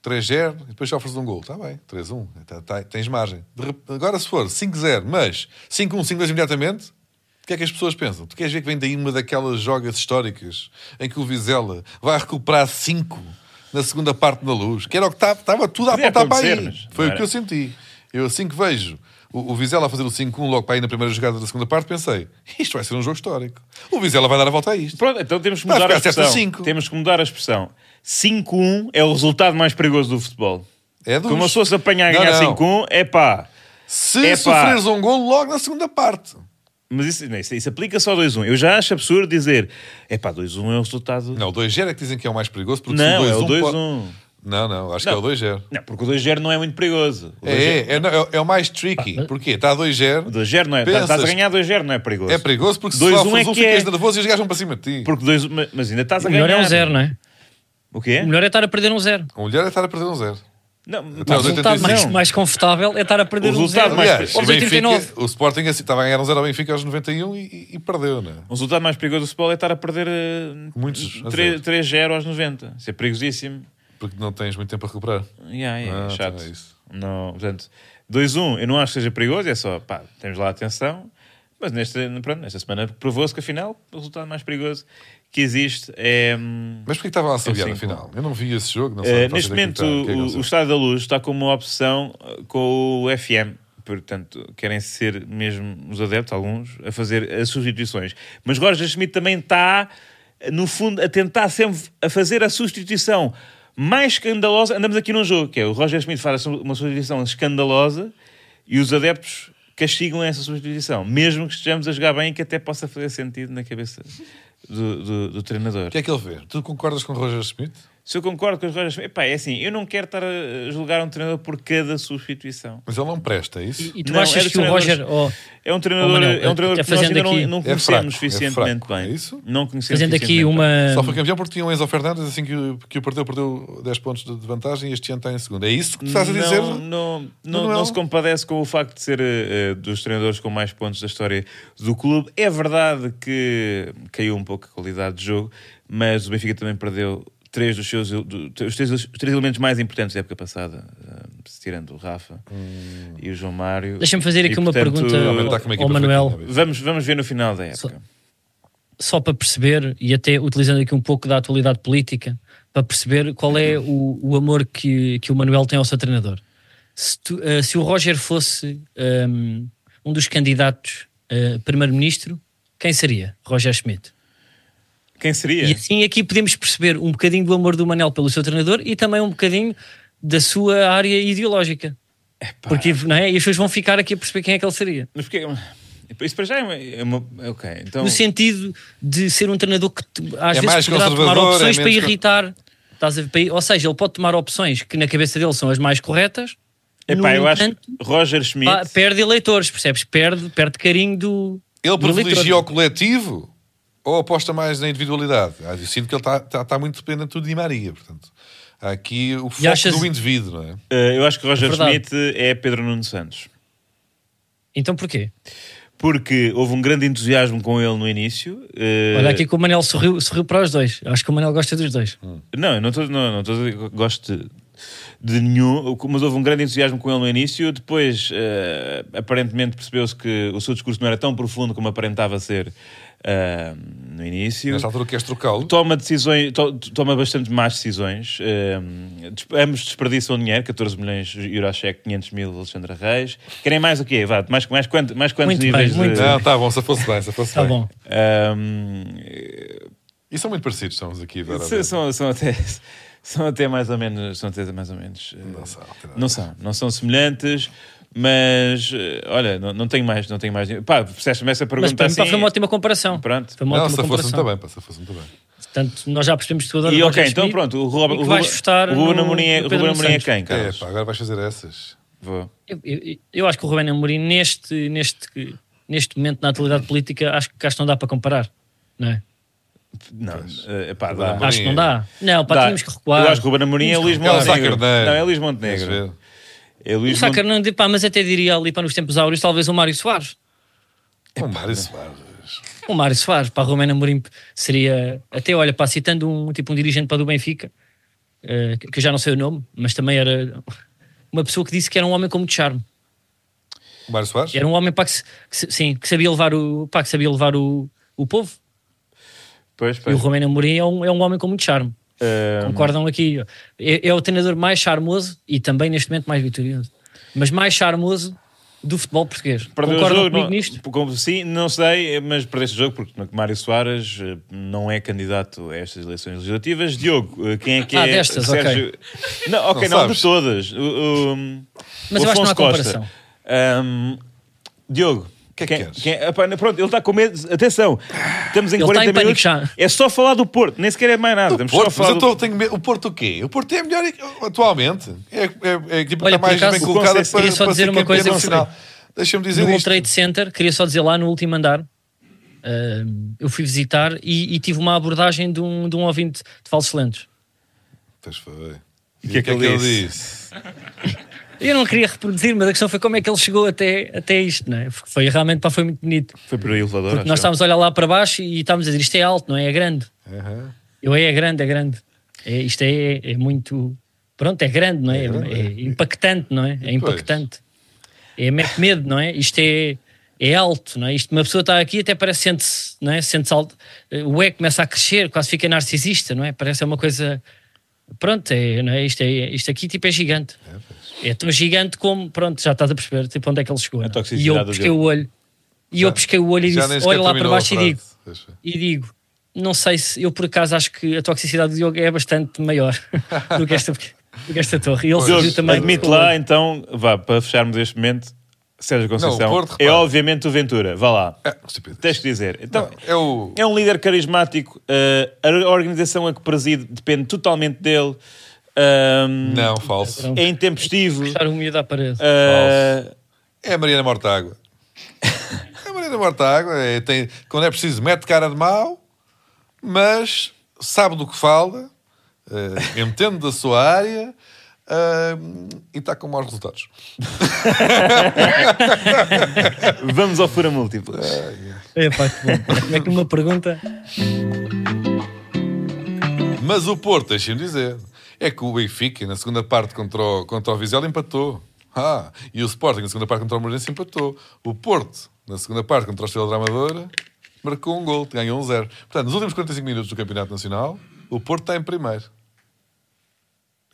S2: 3-0 e depois sofres um gol. Está bem, 3-1. Tá- tá- tens margem. De rep- agora se for 5-0, mas 5-1, 5-2 imediatamente, o que é que as pessoas pensam? Tu queres ver que vem daí uma daquelas jogas históricas em que o Vizela vai recuperar 5 na segunda parte da luz? Que era o que estava- estava tudo a
S1: Podia
S2: apontar para
S1: acontecer,
S2: aí.
S1: mas não
S2: Foi o
S1: era.
S2: que eu senti. Eu assim que vejo o, o Vizela a fazer o 5-1 logo para aí na primeira jogada da segunda parte, pensei, isto vai ser um jogo histórico. O Vizela vai dar a volta a isto.
S1: Pronto, então temos que
S2: Vai
S1: mudar a
S2: ficar certo a
S1: expressão.
S2: cinco.
S1: Temos que mudar a expressão. 5-1 é o resultado mais perigoso do futebol.
S2: É dos-
S1: Como se fosse apanhar a
S2: Não,
S1: ganhar
S2: não.
S1: 5-1, é pá.
S2: Se
S1: Epá.
S2: sofreres um gol logo na segunda parte.
S1: Mas isso, não, isso, isso aplica só 2-1. Eu já acho absurdo dizer, é pá, 2-1 é o resultado...
S2: Não, um o 2-0 é que dizem que é o mais perigoso. Porque
S1: Não,
S2: se
S1: é o
S2: 2-1 pode-
S1: 2-1.
S2: Não, não, acho
S1: Não.
S2: que é o 2-0.
S1: Não, porque o 2-0 não é muito perigoso. O
S2: É,
S1: 2-0
S2: é, é, não, é- é o mais tricky. Porquê? Está a 2-0.
S1: 2-0 não é.
S2: Pensas-
S1: Estás a ganhar 2-0, não é perigoso.
S2: É perigoso porque se
S1: 2-1
S2: sofres um,
S1: é que
S2: ficas
S1: é.
S2: nervoso e os gajos vão para cima de ti.
S1: Porque dois, ma- mas ainda estás a
S7: O melhor é
S1: ganhar.
S7: um zero, não é?
S1: O quê?
S7: O melhor é estar a perder um zero.
S2: A mulher é estar a perder um 0.
S1: Não,
S7: O
S2: Aos
S1: mas-
S7: resultado
S2: 85.
S7: mais,
S1: Não.
S7: mais confortável é estar a perder
S1: O
S7: um
S1: resultado
S7: zero.
S1: mais-
S2: Aliás, o,
S7: Aos
S2: Benfica,
S7: 89.
S2: o Sporting assim, estava a ganhar um 0 ao Benfica aos 91 e, e perdeu, né?
S1: O resultado mais perigoso do futebol é estar a perder eh,
S2: Muitos a
S1: tre-
S2: zero.
S1: 3-0 aos 90. Isso é perigosíssimo.
S2: Porque não tens muito tempo a recuperar.
S1: Yeah, é
S2: Ah,
S1: chato.
S2: então é isso.
S1: Não, portanto, 2-1 eu não acho que seja perigoso, é só, pá, temos lá atenção. Mas nesta, pronto, nesta semana provou-se que afinal o resultado mais perigoso que existe é. hum,
S2: Mas porquê que estavam a assobiar,
S1: É o cinco.
S2: afinal? Eu não vi esse jogo, não
S1: Eh,
S2: sei. não
S1: neste
S2: faço ideia do que
S1: momento,
S2: está- o que é que
S1: o, o
S2: aconteceu.
S1: Estado da Luz está com uma obsessão eh, com o FM. Portanto, querem ser mesmo os adeptos, alguns, a fazer as substituições. Mas Roger Schmidt também está, no fundo, a tentar sempre a fazer a substituição mais escandalosa. Andamos aqui num jogo, que é o Roger Schmidt faz uma substituição escandalosa e os adeptos castigam essa substituição, mesmo que estejamos a jogar bem e que até possa fazer sentido na cabeça do, do- do treinador.
S2: O que é que ele vê? Tu concordas com o Roger Schmidt?
S1: Se eu concordo com as Rojas Schmidt, epá, é assim, eu não quero estar a julgar um treinador por cada substituição.
S2: Mas ele não presta, é isso?
S7: E tu
S1: Não,
S7: achas
S1: é
S7: que o
S1: treinadores-
S7: Roger. oh,
S1: É um treinador,
S7: Oh, Manel,
S1: é um treinador
S7: é
S1: que nós
S7: fazendo
S1: ainda
S7: aqui-
S1: não, não
S2: É
S1: conhecemos
S2: fraco, é
S1: suficientemente
S2: fraco,
S1: bem.
S2: é isso?
S1: Não conhecemos
S7: fazendo aqui um-
S1: suficientemente bem.
S7: uma.
S2: Só foi campeão porque tinha o Enzo Fernandes, assim que, o- que o perdeu, perdeu 10 pontos de de vantagem e este ano está em segundo. É isso que tu estás a dizer?
S1: Não, não, não,
S2: Manuel?
S1: não se compadece com o facto de ser eh, eh, dos treinadores com mais pontos da história do clube. É verdade que caiu um pouco a qualidade de jogo, mas o Benfica também perdeu três dos seus do- os três, os três elementos mais importantes da época passada, eh, se tirando o Rafa e o João Mário.
S7: Deixa-me fazer
S1: E,
S7: aqui uma
S1: portanto, é
S7: pergunta
S2: Hum. realmente está com uma
S7: ao,
S2: equipa
S7: ao Manuel,
S2: fraquinha,
S1: Vamos, vamos ver no final da época.
S7: só para perceber, e até utilizando aqui um pouco da atualidade política, para perceber qual é o, o amor que, que o Manuel tem ao seu treinador. Se, tu- eh, se o Roger fosse ehm, um dos candidatos eh, primeiro-ministro, quem seria? Roger Schmidt.
S1: Quem seria?
S7: E assim aqui podemos perceber um bocadinho do amor do Manel pelo seu treinador e também um bocadinho da sua área ideológica. Porque não é? e as pessoas vão ficar aqui a perceber quem é que ele seria.
S1: Mas porque- isso para já é uma. é uma- ok, então.
S7: No sentido de ser um treinador que tu- às
S2: É mais
S7: vezes poderá tomar
S2: conservador, é
S7: opções para
S2: menos con-
S7: irritar. Estás a ver? Para ir- Ou seja, ele pode tomar opções que na cabeça dele são as mais corretas.
S1: Epá,
S7: no
S1: eu acho que
S7: entanto,
S1: Roger Schmidt.
S7: pá, perde eleitores, percebes? Perde, perde carinho do.
S2: Ele
S7: do
S2: privilegia
S7: eleitor.
S2: o coletivo ou aposta mais na individualidade? Ah, Eu sinto que ele está, está, está muito dependente do Di Maria, portanto. Há aqui o foco
S7: achas-
S2: do indivíduo, não é?
S1: Eh, eu acho que Roger
S7: Verdade.
S1: Schmidt é Pedro Nuno Santos.
S7: Então porquê?
S1: Porque houve um grande entusiasmo com ele no início. eh,
S7: Olha aqui que o Manel sorriu, sorriu para os dois. Acho que o Manel gosta dos dois.
S1: Não, eu não estou não, não estou a dizer que gosto de, de nenhum, mas houve um grande entusiasmo com ele no início. Depois, eh, aparentemente, percebeu-se que o seu discurso não era tão profundo como aparentava ser eh, no início.
S2: Nesta altura queres trocá-lo.
S1: Toma decisões, to- toma bastante más decisões. Ehm, des- ambos desperdiçam dinheiro, 14 milhões de euros, cheque, 500 mil Alexandra Reis. Querem mais o quê? Vá, mais, mais, quanto, mais quantos
S7: Muito bem,
S1: níveis
S7: muito
S1: de.
S2: Não, tá bom, se fosse bem, se fosse
S7: Está
S2: bem.
S7: bom.
S1: Ehm,
S2: E são muito parecidos, estamos aqui a dar a
S1: são, são- são até, são até mais ou menos. São até mais ou menos eh,
S2: Não são, tem nada a
S1: não são, não são semelhantes, mas eh, olha, não, não tenho mais, não tenho mais. Pá, fizeste-me essa
S7: Mas
S1: pergunta
S7: para mim
S1: assim.
S7: foi uma ótima comparação.
S1: Pronto.
S7: Foi uma
S2: Não,
S7: ótima
S2: se fosse
S7: comparação.
S2: muito bem, pá, se fosse muito bem.
S7: Portanto, nós já percebemos que tu adoras
S1: E
S7: o
S1: ok,
S7: Roger
S1: então
S7: Schmidt
S1: pronto, o Ruben
S7: e que vais votar
S1: o Ruben
S7: no-
S1: Amorim é-
S7: no
S1: o
S7: Pedro
S1: Ruben Amorim é
S7: Santos.
S1: quem,
S2: É,
S1: Carlos?
S2: pá, agora vais fazer essas.
S1: Vou.
S7: Eu, eu- eu acho que o Rubén Amorim, neste, neste, neste momento na atualidade política, acho que cá não dá para comparar. Não é?
S1: Não, eh, pá,
S2: Ruben
S1: dá.
S2: Amorim.
S7: Acho que não dá. Não, pá,
S1: Dá.
S7: tínhamos que recuar.
S1: Eu acho que o Ruben Amorim é Luís
S2: É o Sá
S1: Montenegro.
S2: Carneiro.
S1: Não, é Luís
S2: Vês ver?
S1: Montenegro. É
S7: O
S1: Luís
S7: Sá
S1: Montenegro.
S7: Carneiro, pá, mas até diria ali para nos tempos áureos, talvez o Mário Soares.
S2: O Mário Soares.
S7: O Mário Soares, para o Rubén Amorim seria, até olha, pá, citando um tipo um dirigente para do Benfica, eh, que que eu já não sei o nome, mas também era uma pessoa que disse que era um homem com muito charme.
S2: O Mário Soares?
S7: Era um homem pá, que, se- que se- sim, que sabia levar o, pá, que sabia levar o, o povo.
S1: Pois,
S7: E o
S1: pois.
S7: Rubén Amorim é um, é um homem com muito charme.
S1: Eh,
S7: Concordam aqui? É, é o treinador mais charmoso e também neste momento mais vitorioso, mas mais charmoso do futebol português.
S1: Perdeu
S7: Concordam
S1: o jogo,
S7: comigo
S1: não- é?
S7: nisto?
S1: com- sim, não sei, mas perdeste o jogo porque Mário Soares eh, não é candidato a estas eleições legislativas. Diogo, eh, quem é que
S7: Ah,
S1: é?
S7: destas, ok.
S1: Não, ok,
S2: Não
S1: não,
S2: sabes.
S1: de todas. O- o-
S7: Mas
S1: o
S7: eu acho que não há
S1: Afonso Costa.
S7: comparação.
S1: Ahm, Diogo.
S2: Que é que
S1: quem,
S2: queres?
S1: quem- epá, não, pronto, ele está com medo. Atenção, estamos em
S7: Ele está
S1: 40
S7: em pânico
S1: minutos.
S7: já.
S1: É só falar do Porto, nem sequer é mais nada. Estamos só a
S2: Porto, mas
S1: falar
S2: eu
S1: do-
S2: tô, tenho medo. O Porto o quê? O Porto é a melhor equi- atualmente. É, é, é a equipa que está
S7: Olha, por
S2: mais
S7: acaso,
S2: bem
S1: o
S2: colocada
S1: Conceição-
S2: para,
S7: queria só
S2: para
S7: dizer
S2: ser
S7: uma
S2: campeã
S7: coisa,
S2: no
S7: não sei.
S2: final. Deixa-me dizer
S7: no World
S2: isto.
S7: Trade Center, queria só dizer lá no último andar, eh, eu fui visitar e, e tive uma abordagem de um, de um ouvinte de falsos lentos.
S2: Pois foi.
S1: E o que é que ele
S2: disse?
S7: Eu não queria reproduzir, mas a questão foi como é que ele chegou até, até isto, não é? Porque Foi realmente, pá, foi muito bonito.
S1: Foi por elevador.
S7: Porque
S1: acho
S7: nós
S1: eu.
S7: estávamos a olhar lá para baixo e estávamos a dizer isto é alto, não é? É grande.
S2: Aham.
S7: Eu é, é grande, é grande. É, isto é, é muito. Pronto, é grande, não é? É, é impactante, não é? É impactante. É mete medo, não é? Isto é, é alto, não é? Isto, uma pessoa está aqui até parece sente-se, não é? Sente-se alto. Eh, O é começa a crescer, quase fica narcisista, não é? Parece uma coisa. Pronto, é, não é? Isto, é, isto aqui tipo é gigante. É, tão gigante como. Pronto, já estás a perceber tipo, onde é que ele chegou. não é?
S1: toxicidade
S7: E eu
S1: do
S7: pesquei
S1: jogo.
S7: o olho. E eu pesquei o olho e
S2: Já nem
S7: disse:
S2: sequer
S7: olha lá para
S2: terminou a
S7: baixo e
S2: frase.
S7: digo
S2: Pois foi.
S7: e digo, não sei se eu por acaso acho que a toxicidade do Diogo é bastante maior do que esta, do que esta torre. E ele
S1: Diogo,
S7: surgiu também.
S1: admite
S7: com-
S1: lá, então, vá, para fecharmos este momento, Sérgio Conceição
S2: Porto, repara.
S1: é obviamente o Ventura. Vá lá.
S2: É, estupidez.
S1: Ah, Tens que dizer. Então,
S2: Não, é o-
S1: é um líder carismático. eh, a organização a que preside depende totalmente dele. Ahm,
S2: Não, falso.
S1: É intempestivo.
S7: Puxar o miúdo à parede.
S1: Ah,
S2: É a Mariana Mortágua. é a Mariana Mortágua. É, tem, quando é preciso, mete cara de mau, mas sabe do que fala, eh, entende da sua área ah, e está com maus resultados.
S1: vamos ao fura múltiplos.
S7: É pá, que bom. Como é que uma pergunta.
S2: Mas o Porto, deixem-me dizer, é que o Benfica, na segunda parte contra o, contra o Vizela, empatou. Ah, e o Sporting, na segunda parte contra o Moreirense, empatou. O Porto, na segunda parte contra o Estrela de Amadora, marcou um gol, ganhou um zero. Portanto, nos últimos 45 minutos do Campeonato Nacional, o Porto está em primeiro.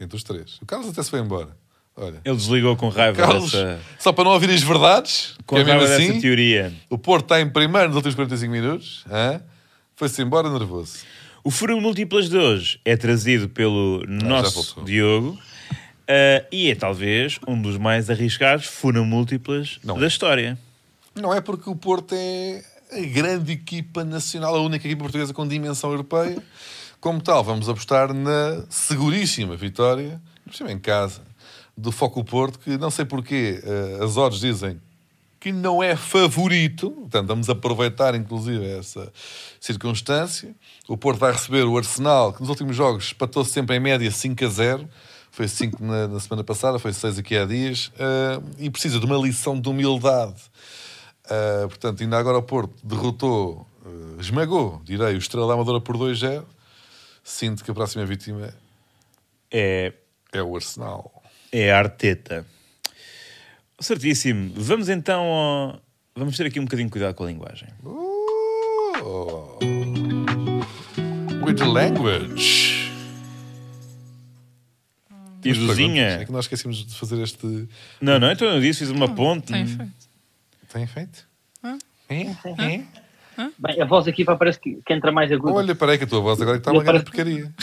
S2: Entre os três. O Carlos até se foi embora. Olha,
S1: Ele desligou com raiva
S2: Carlos,
S1: dessa,
S2: só para não ouvir as verdades,
S1: com
S2: que é
S1: raiva
S2: mesmo
S1: dessa
S2: assim,
S1: teoria.
S2: o Porto está em primeiro nos últimos 45 minutos, hã? foi-se embora nervoso.
S1: O Furo Múltiplas de hoje é trazido pelo
S2: Ah, já
S1: nosso
S2: voltou.
S1: Diogo ah, e é talvez um dos mais arriscados Furo Múltiplas
S2: Não
S1: da
S2: é.
S1: história.
S2: Não é porque o Porto é a grande equipa nacional, a única equipa portuguesa com dimensão europeia. Como tal, vamos apostar na seguríssima vitória, por cima em casa, do Foco Porto, que não sei porquê eh, as odds dizem que não é favorito. Portanto, vamos aproveitar, inclusive, essa circunstância. O Porto vai receber o Arsenal, que nos últimos jogos empatou sempre em média 5 a 0. Foi 5 na, na semana passada, foi 6 aqui há dias. eh, e precisa de uma lição de humildade. Uh, portanto, ainda agora o Porto derrotou, uh, esmagou, direi, o Estrela da Amadora por 2-0. Sinto que a próxima vítima
S1: É,
S2: é o Arsenal.
S1: é a Arteta. Certíssimo. Vamos então ao... Vamos ter aqui um bocadinho de cuidado com a linguagem.
S2: Oh. With the language.
S1: E
S2: Perguntas. É
S1: Josinha...
S2: que nós esquecemos de fazer este.
S1: Não, não, então eu disse, fiz uma ponte.
S4: Tem feito.
S2: Tem feito?
S4: Hã?
S2: É? É?
S10: Bem, a voz aqui pá, parece que, que entra mais aguda.
S2: Olha, peraí que a tua voz agora é que está uma
S10: Eu
S2: grande
S10: parece-
S2: porcaria.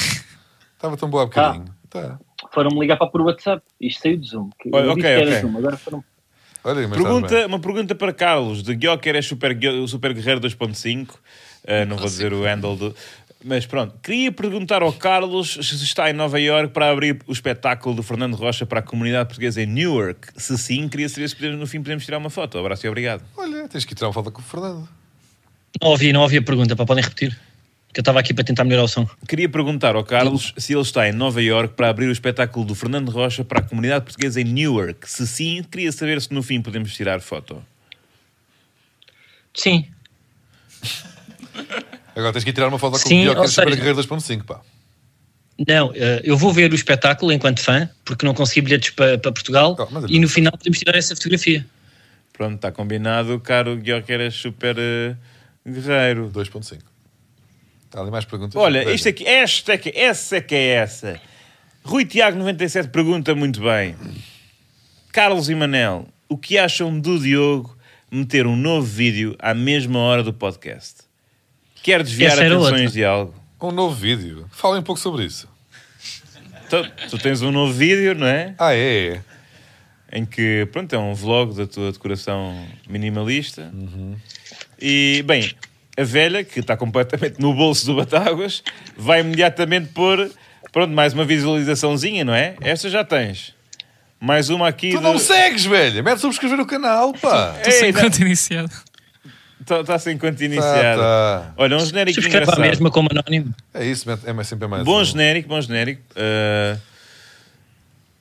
S2: Estava tão boa há bocadinho. Tá.
S10: Foram-me ligar para por WhatsApp. Isto saiu de Zoom. Que
S1: Olha,
S10: eu disse
S1: ok,
S10: que era
S1: ok.
S10: Zoom, agora foram.
S2: Olha, mas está bem.
S1: Pergunta, uma pergunta para Carlos, de Gyoker é super, Gyo- super Guerreiro 2.5, Ah, não vou dizer o handle do... Mas pronto, queria perguntar ao Carlos se está em Nova Iorque para abrir o espetáculo do Fernando Rocha para a comunidade portuguesa em Newark. Se sim, queria saber se podemos- no fim podemos tirar uma foto. Abraço e obrigado.
S2: Olha, tens que ir tirar uma foto com o Fernando.
S7: Não ouvi, não ouvi a pergunta, pá, podem repetir. Que eu estava aqui para tentar melhorar o som.
S1: Queria perguntar ao Carlos se ele está em Nova Iorque para abrir o espetáculo do Fernando Rocha para a comunidade portuguesa em Newark. Se sim, queria saber se no fim podemos tirar foto.
S7: Sim.
S2: Agora tens que ir tirar uma foto com
S7: Sim,
S2: o Guilherme
S7: ou seja-
S2: para Guerreiro 2.5, pá.
S7: Não, eh, eu vou ver o espetáculo enquanto fã, porque não consegui bilhetes para, para Portugal.
S2: Oh, mas é
S7: e no final podemos tirar essa fotografia.
S1: Pronto, está combinado. Caro Gyoker é super eh, guerreiro.
S2: 2.5. Há ali mais perguntas?
S1: Olha,
S2: Veja.
S1: isto aqui, esta é que, essa é que é essa. Rui Tiago 97 pergunta muito bem. Carlos e Manel, o que acham do Diogo meter um novo vídeo à mesma hora do podcast? Quer desviar
S7: Essa era
S1: atenções
S7: outra.
S1: de algo?
S2: Um novo vídeo. Falem um pouco sobre isso.
S1: Tu, tu tens um novo vídeo, não é?
S2: Ah, é? é.
S1: Em que, pronto, é um vlog da tua decoração minimalista.
S2: Uhum.
S1: E, bem, a velha, que está completamente no bolso do Batáguas, vai imediatamente pôr, pronto, mais uma visualizaçãozinha, não é? Esta já tens. Mais uma aqui.
S2: Tu não me segues, velho. Mete subscrever o canal, pá.
S4: Estou sem
S1: não-
S4: conta iniciado.
S1: Está tá- sem quanto iniciado.
S2: Tá, tá.
S1: Olha, um genérico
S7: Subscreva a
S1: engraçado.
S7: mesma como anónimo.
S2: É isso, mete- é mais- sempre mais.
S1: Bom
S2: um.
S1: genérico, bom genérico. ah,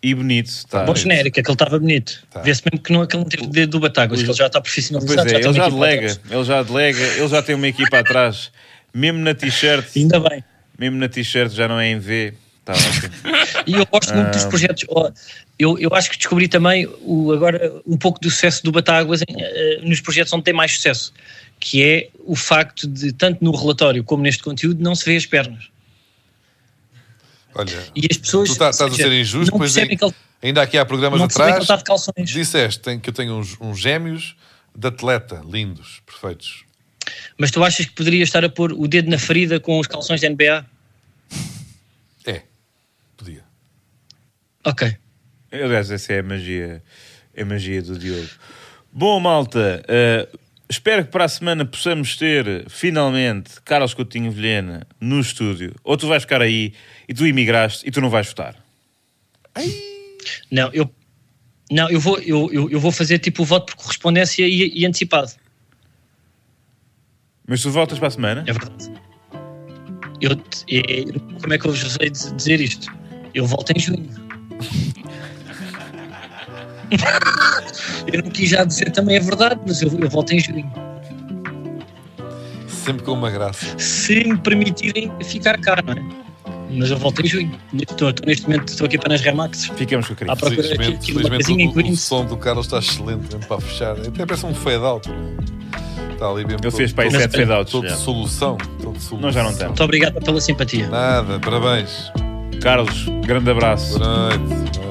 S1: e bonito. Tá.
S7: Bom genérico, aquele estava bonito.
S2: Tá.
S7: Vê-se mesmo que não aquele não teve o dedo do Batáguas, que ele já está
S1: Pois
S7: profissionalizado.
S1: é,
S7: tem
S1: ele
S7: uma
S1: já
S7: equipa
S1: delega,
S7: atrás.
S1: ele já delega, ele já tem uma equipa atrás. Mesmo na t-shirt,
S7: Ainda bem.
S1: mesmo na t-shirt já não é em V. Tá ótimo.
S7: E eu gosto muito
S2: Ah.
S7: dos projetos. Ó, Eu, eu acho que descobri também o, agora um pouco do sucesso do Batáguas em, eh, nos projetos onde tem mais sucesso, que é o facto de, tanto no relatório como neste conteúdo, não se vê as pernas.
S2: Olha,
S7: E as pessoas.
S2: tu tá- estás a ser injusto,
S7: não
S2: pois
S7: percebem
S2: aí-
S7: que ele,
S2: ainda aqui há programas
S7: não percebem que ele
S2: atrás.
S7: está de calções.
S2: Disseste tem- que eu tenho uns, uns gêmeos de atleta, lindos, perfeitos.
S7: Mas tu achas que poderia estar a pôr o dedo na ferida com os calções da NBA?
S2: É, podia.
S7: Ok.
S1: Aliás, essa é a magia, a magia é do Diogo. Bom, malta, eh, espero que para a semana possamos ter finalmente Carlos Coutinho Vilhena no estúdio. Ou tu vais ficar aí e tu imigraste e tu não vais votar.
S7: Não, eu, não, eu, vou, eu, eu, eu vou fazer tipo o voto por correspondência e, e antecipado.
S1: Mas tu voltas para a semana?
S7: É verdade. Eu, é- como é que eu vos hei de dizer isto? Eu volto em junho. eu não quis já dizer também é verdade, mas eu, eu volto em junho.
S2: Sempre com uma graça.
S7: Se me permitirem ficar cá, não é? Mas eu volto em junho. Estou, estou neste momento estou aqui para nas Remax.
S1: Ficamos com o querido.
S7: À procura aqui,
S2: Felizmente,
S7: aqui de uma
S2: felizmente
S7: casinha em
S2: o, o,
S7: Queens.
S2: som do Carlos está excelente mesmo para fechar. Até parece um fade-out. não é? Está ali mesmo.
S1: Ele fez para aí
S2: todo-
S1: sete fade-outs,
S2: Todo
S1: já.
S2: de solução. Todo de solução.
S1: Nós já não estamos.
S7: Muito obrigado pela simpatia.
S2: Nada, parabéns.
S1: Carlos, grande abraço.
S2: Boa noite.